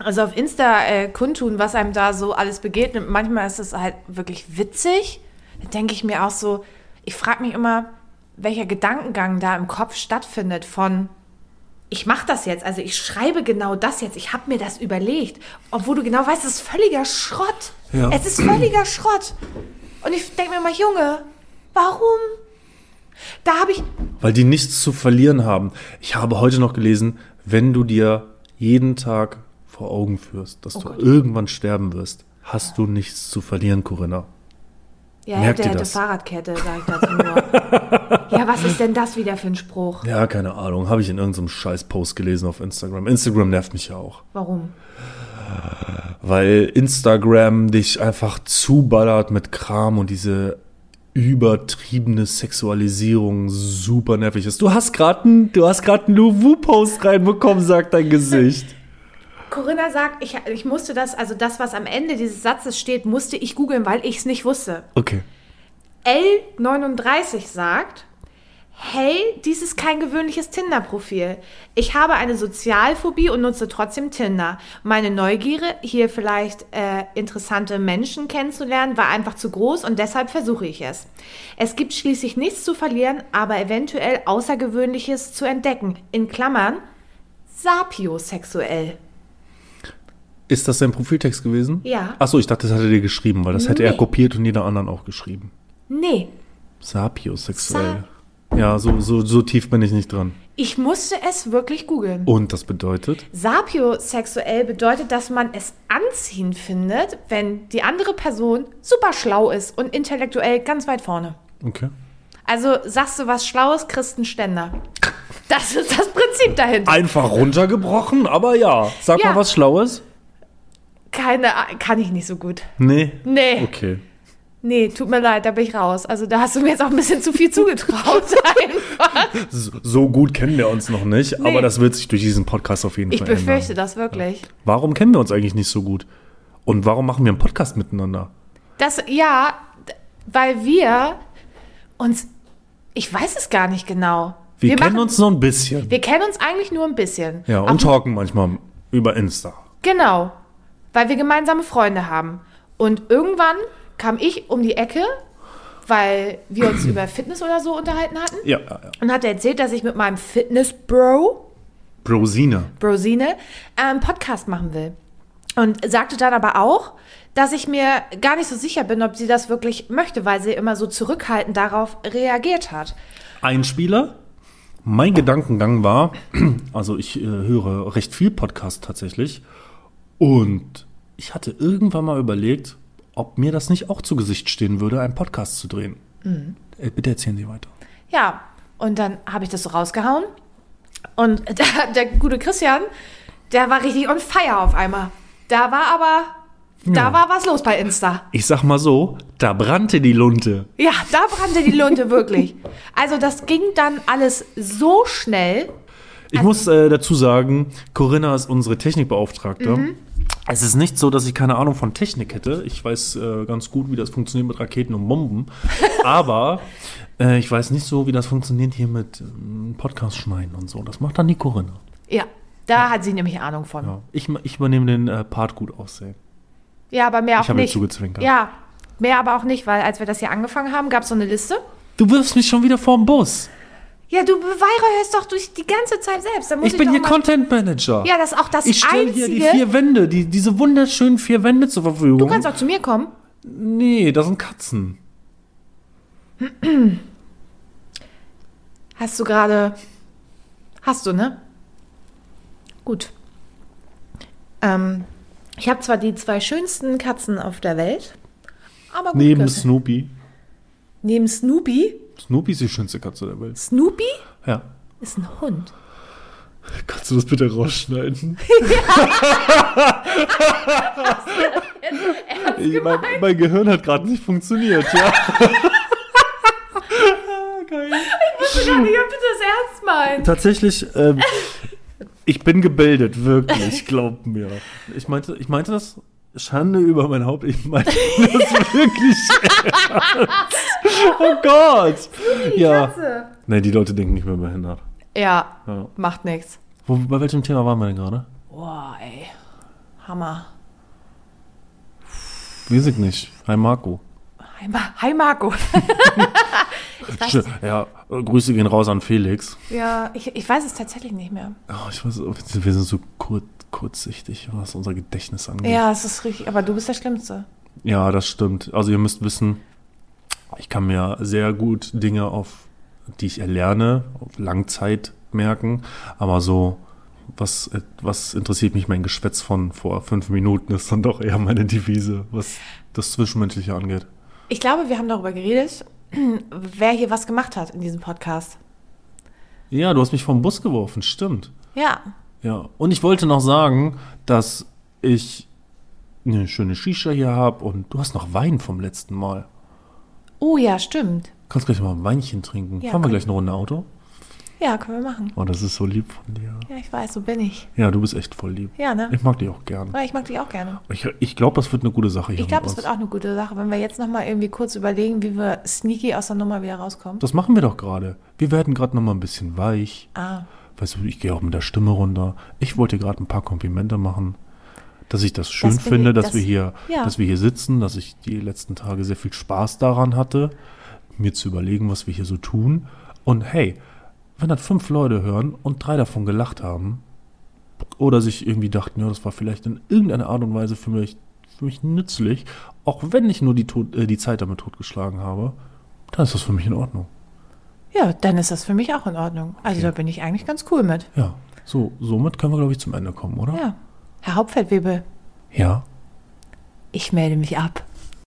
A: also auf Insta äh, kundtun, was einem da so alles begegnet. Manchmal ist es halt wirklich witzig. Da denke ich mir auch so, ich frage mich immer, welcher Gedankengang da im Kopf stattfindet von ich mache das jetzt, also ich schreibe genau das jetzt, ich habe mir das überlegt, obwohl du genau weißt, es ist völliger Schrott.
B: Ja.
A: Es ist völliger Schrott. Und ich denke mir mal, Junge, warum? Da habe ich,
B: weil die nichts zu verlieren haben. Ich habe heute noch gelesen, wenn du dir jeden Tag vor Augen führst, dass du irgendwann sterben wirst, hast du nichts zu verlieren, Corinna.
A: Ja,
B: Merkt
A: der
B: ihr
A: hätte
B: das?
A: Fahrradkette, sag ich dazu nur. ja, was ist denn das wieder für ein Spruch?
B: Ja, keine Ahnung, habe ich in irgendeinem scheiß Post gelesen auf Instagram. Instagram nervt mich ja auch,
A: Warum?
B: weil Instagram dich einfach zuballert mit Kram und diese übertriebene Sexualisierung super nervig ist. Du hast gerade einen, du hast gerade einen Louvu Post reinbekommen, sagt dein Gesicht.
A: Corinna sagt, ich, ich musste das, also das, was am Ende dieses Satzes steht, musste ich googeln, weil ich es nicht wusste.
B: Okay.
A: L39 sagt, hey, dies ist kein gewöhnliches Tinder-Profil. Ich habe eine Sozialphobie und nutze trotzdem Tinder. Meine Neugierde, hier vielleicht äh, interessante Menschen kennenzulernen, war einfach zu groß und deshalb versuche ich es. Es gibt schließlich nichts zu verlieren, aber eventuell Außergewöhnliches zu entdecken. In Klammern, sapiosexuell.
B: Ist das dein Profiltext gewesen?
A: Ja.
B: Achso, ich dachte, das hat er dir geschrieben, weil das hätte er
A: Nee.
B: kopiert und jeder anderen auch geschrieben.
A: Nee,
B: Sapiosexuell.
A: Sa-
B: Ja, so, so, so tief bin ich nicht drin.
A: Ich musste es wirklich googeln.
B: Und das bedeutet?
A: Sapiosexuell bedeutet, dass man es anziehend findet, wenn die andere Person super schlau ist und intellektuell ganz weit vorne.
B: Okay.
A: Also sagst du was Schlaues, kriegst einen Ständer. Das ist das Prinzip dahinter.
B: Einfach runtergebrochen, aber ja. Sag
A: Ja.
B: mal was Schlaues.
A: Keine, Ah- kann ich nicht so gut.
B: Nee.
A: Nee.
B: Okay.
A: Nee, tut mir leid, da bin ich raus. Also da hast du mir jetzt auch ein bisschen zu viel zugetraut. einfach.
B: So, so gut kennen wir uns noch nicht,
A: Nee.
B: aber das wird sich durch diesen Podcast auf jeden
A: Ich
B: Fall ändern.
A: befürchte das wirklich.
B: Warum kennen wir uns eigentlich nicht so gut? Und warum machen wir einen Podcast miteinander?
A: Das, ja, d- weil wir uns, ich weiß es gar nicht genau.
B: Wir, kennen
A: machen-
B: uns noch ein bisschen.
A: Wir kennen uns eigentlich nur ein bisschen.
B: Ja,
A: Auch
B: und talken manchmal über Insta.
A: Genau, weil wir gemeinsame Freunde haben. Und irgendwann kam ich um die Ecke, weil wir uns über Fitness oder so unterhalten hatten
B: Ja, ja, ja.
A: und hat erzählt, dass ich mit meinem Fitness-Bro,
B: Brosine.
A: Brosine, einen Podcast machen will. Und sagte dann aber auch, dass ich mir gar nicht so sicher bin, ob sie das wirklich möchte, weil sie immer so zurückhaltend darauf reagiert hat.
B: Einspieler. Mein Gedankengang war, also ich äh, höre recht viel Podcast tatsächlich und ich hatte irgendwann mal überlegt, ob mir das nicht auch zu Gesicht stehen würde, einen Podcast zu drehen. Äh, Bitte erzählen Sie weiter.
A: Ja, und dann habe ich das so rausgehauen. Und der, der gute Christian, der war richtig on fire auf einmal. Da war aber, da war was los bei Insta.
B: Ich sag mal so, da brannte die Lunte.
A: Ja, da brannte die Lunte wirklich. Also das ging dann alles so schnell.
B: Ich
A: Also
B: muss äh, dazu sagen, Corinna ist unsere Technikbeauftragte.
A: Mhm.
B: Es ist nicht so, dass ich keine Ahnung von Technik hätte. Ich weiß äh, ganz gut, wie das funktioniert mit Raketen und Bomben. Aber äh, ich weiß nicht so, wie das funktioniert hier mit ähm, Podcast schneiden und so. Das macht dann die Corinna.
A: Ja, da hat sie nämlich Ahnung von. Ja,
B: Ja. Ich, ma- ich übernehme den äh, Part gut aussehen.
A: aber mehr auch
B: hab ihr
A: nicht.
B: zugezwinkert.
A: Ja, mehr aber auch nicht, weil als wir das hier angefangen haben, gab es so eine Liste.
B: Du wirfst mich schon wieder vorm Bus.
A: Ja, du beweihräucherst doch durch die ganze Zeit selbst. Da muss ich,
B: Ich bin
A: doch
B: hier
A: mal-
B: Content Manager.
A: Ja, das ist auch das
B: ich stelle hier die
A: Einzige.
B: vier Wände, die, diese wunderschönen vier Wände zur Verfügung.
A: du kannst auch zu mir kommen.
B: nee, das sind Katzen.
A: Hast du gerade. Hast du, ne? Gut. Ähm, ich habe zwar die zwei schönsten Katzen auf der Welt, aber gut.
B: Neben
A: Christian.
B: Snoopy.
A: Neben Snoopy.
B: Snoopy ist die schönste Katze der Welt.
A: Snoopy
B: Ja.
A: ist ein Hund.
B: Kannst du das bitte rausschneiden? Ich- mein, mein Gehirn hat gerade nicht funktioniert, ja. Ah, Geil.
A: Ich kann bitte das ernst meinen.
B: Tatsächlich, ähm, ich bin gebildet, wirklich, glaub mir. Ich meinte, ich meinte das Schande über mein Haupt, ich meinte das wirklich ernst. Oh Gott. ja. Nee, die Leute denken nicht mehr behindert.
A: Ja,
B: Ja.
A: macht nichts.
B: Wo, bei welchem Thema waren wir denn gerade?
A: Boah, ey. Hammer.
B: Weiß ich nicht. Hi Marco.
A: Hi, Ma Hi Marco.
B: Sch- Ja, äh, Grüße gehen raus an Felix.
A: ja, ich, ich weiß es tatsächlich nicht mehr.
B: Oh, ich weiß, wir sind so kur kurzsichtig, was unser Gedächtnis angeht.
A: Ja, es ist richtig. Aber du bist der Schlimmste.
B: Ja, das stimmt. Also ihr müsst wissen, ich kann mir sehr gut Dinge auf, die ich erlerne, auf Langzeit merken. Aber so, was, äh, was interessiert mich mein Geschwätz von vor fünf Minuten, ist dann doch eher meine Devise, was das Zwischenmenschliche angeht.
A: Ich glaube, wir haben darüber geredet, wer hier was gemacht hat in diesem Podcast.
B: Ja, du hast mich vom Bus geworfen, stimmt.
A: Ja.
B: Ja, und ich wollte noch sagen, dass ich eine schöne Shisha hier habe und du hast noch Wein vom letzten Mal.
A: Oh ja, stimmt.
B: Kannst gleich mal ein Weinchen trinken.
A: Ja,
B: Fahren wir
A: komm.
B: gleich eine Runde Auto?
A: Ja, können wir machen.
B: Oh, das ist so lieb von dir.
A: Ja, ich weiß, so bin ich.
B: Ja, du bist echt voll lieb.
A: Ja, ne?
B: Ich mag dich auch gern.
A: Aber ich mag dich auch gerne.
B: Ich, ich glaube, das wird eine gute Sache hier.
A: Ich glaube,
B: mit
A: es wird
B: uns.
A: auch eine gute Sache, wenn wir jetzt nochmal irgendwie kurz überlegen, wie wir sneaky aus der Nummer wieder rauskommen.
B: Das machen wir doch gerade. Wir werden gerade noch mal ein bisschen weich.
A: Ah,
B: Weißt du, ich gehe auch mit der Stimme runter. Ich wollte dir gerade ein paar Komplimente machen, dass ich das schön
A: Das finde
B: finde,
A: ich-
B: dass,
A: das-
B: wir hier,
A: ja.
B: dass wir hier sitzen, dass ich die letzten Tage sehr viel Spaß daran hatte, mir zu überlegen, was wir hier so tun. Und hey, wenn das fünf Leute hören und drei davon gelacht haben oder sich irgendwie dachten, ja, das war vielleicht in irgendeiner Art und Weise für mich, für mich nützlich, auch wenn ich nur die, Tod, äh, die Zeit damit totgeschlagen habe, dann ist das für mich in Ordnung.
A: Ja, dann ist das für mich auch in Ordnung. Also da bin ich eigentlich ganz cool mit.
B: Ja, so, somit können wir, glaube ich, zum Ende kommen, oder?
A: Ja. Herr Hauptfeldwebel,
B: Ja.
A: ich melde mich ab.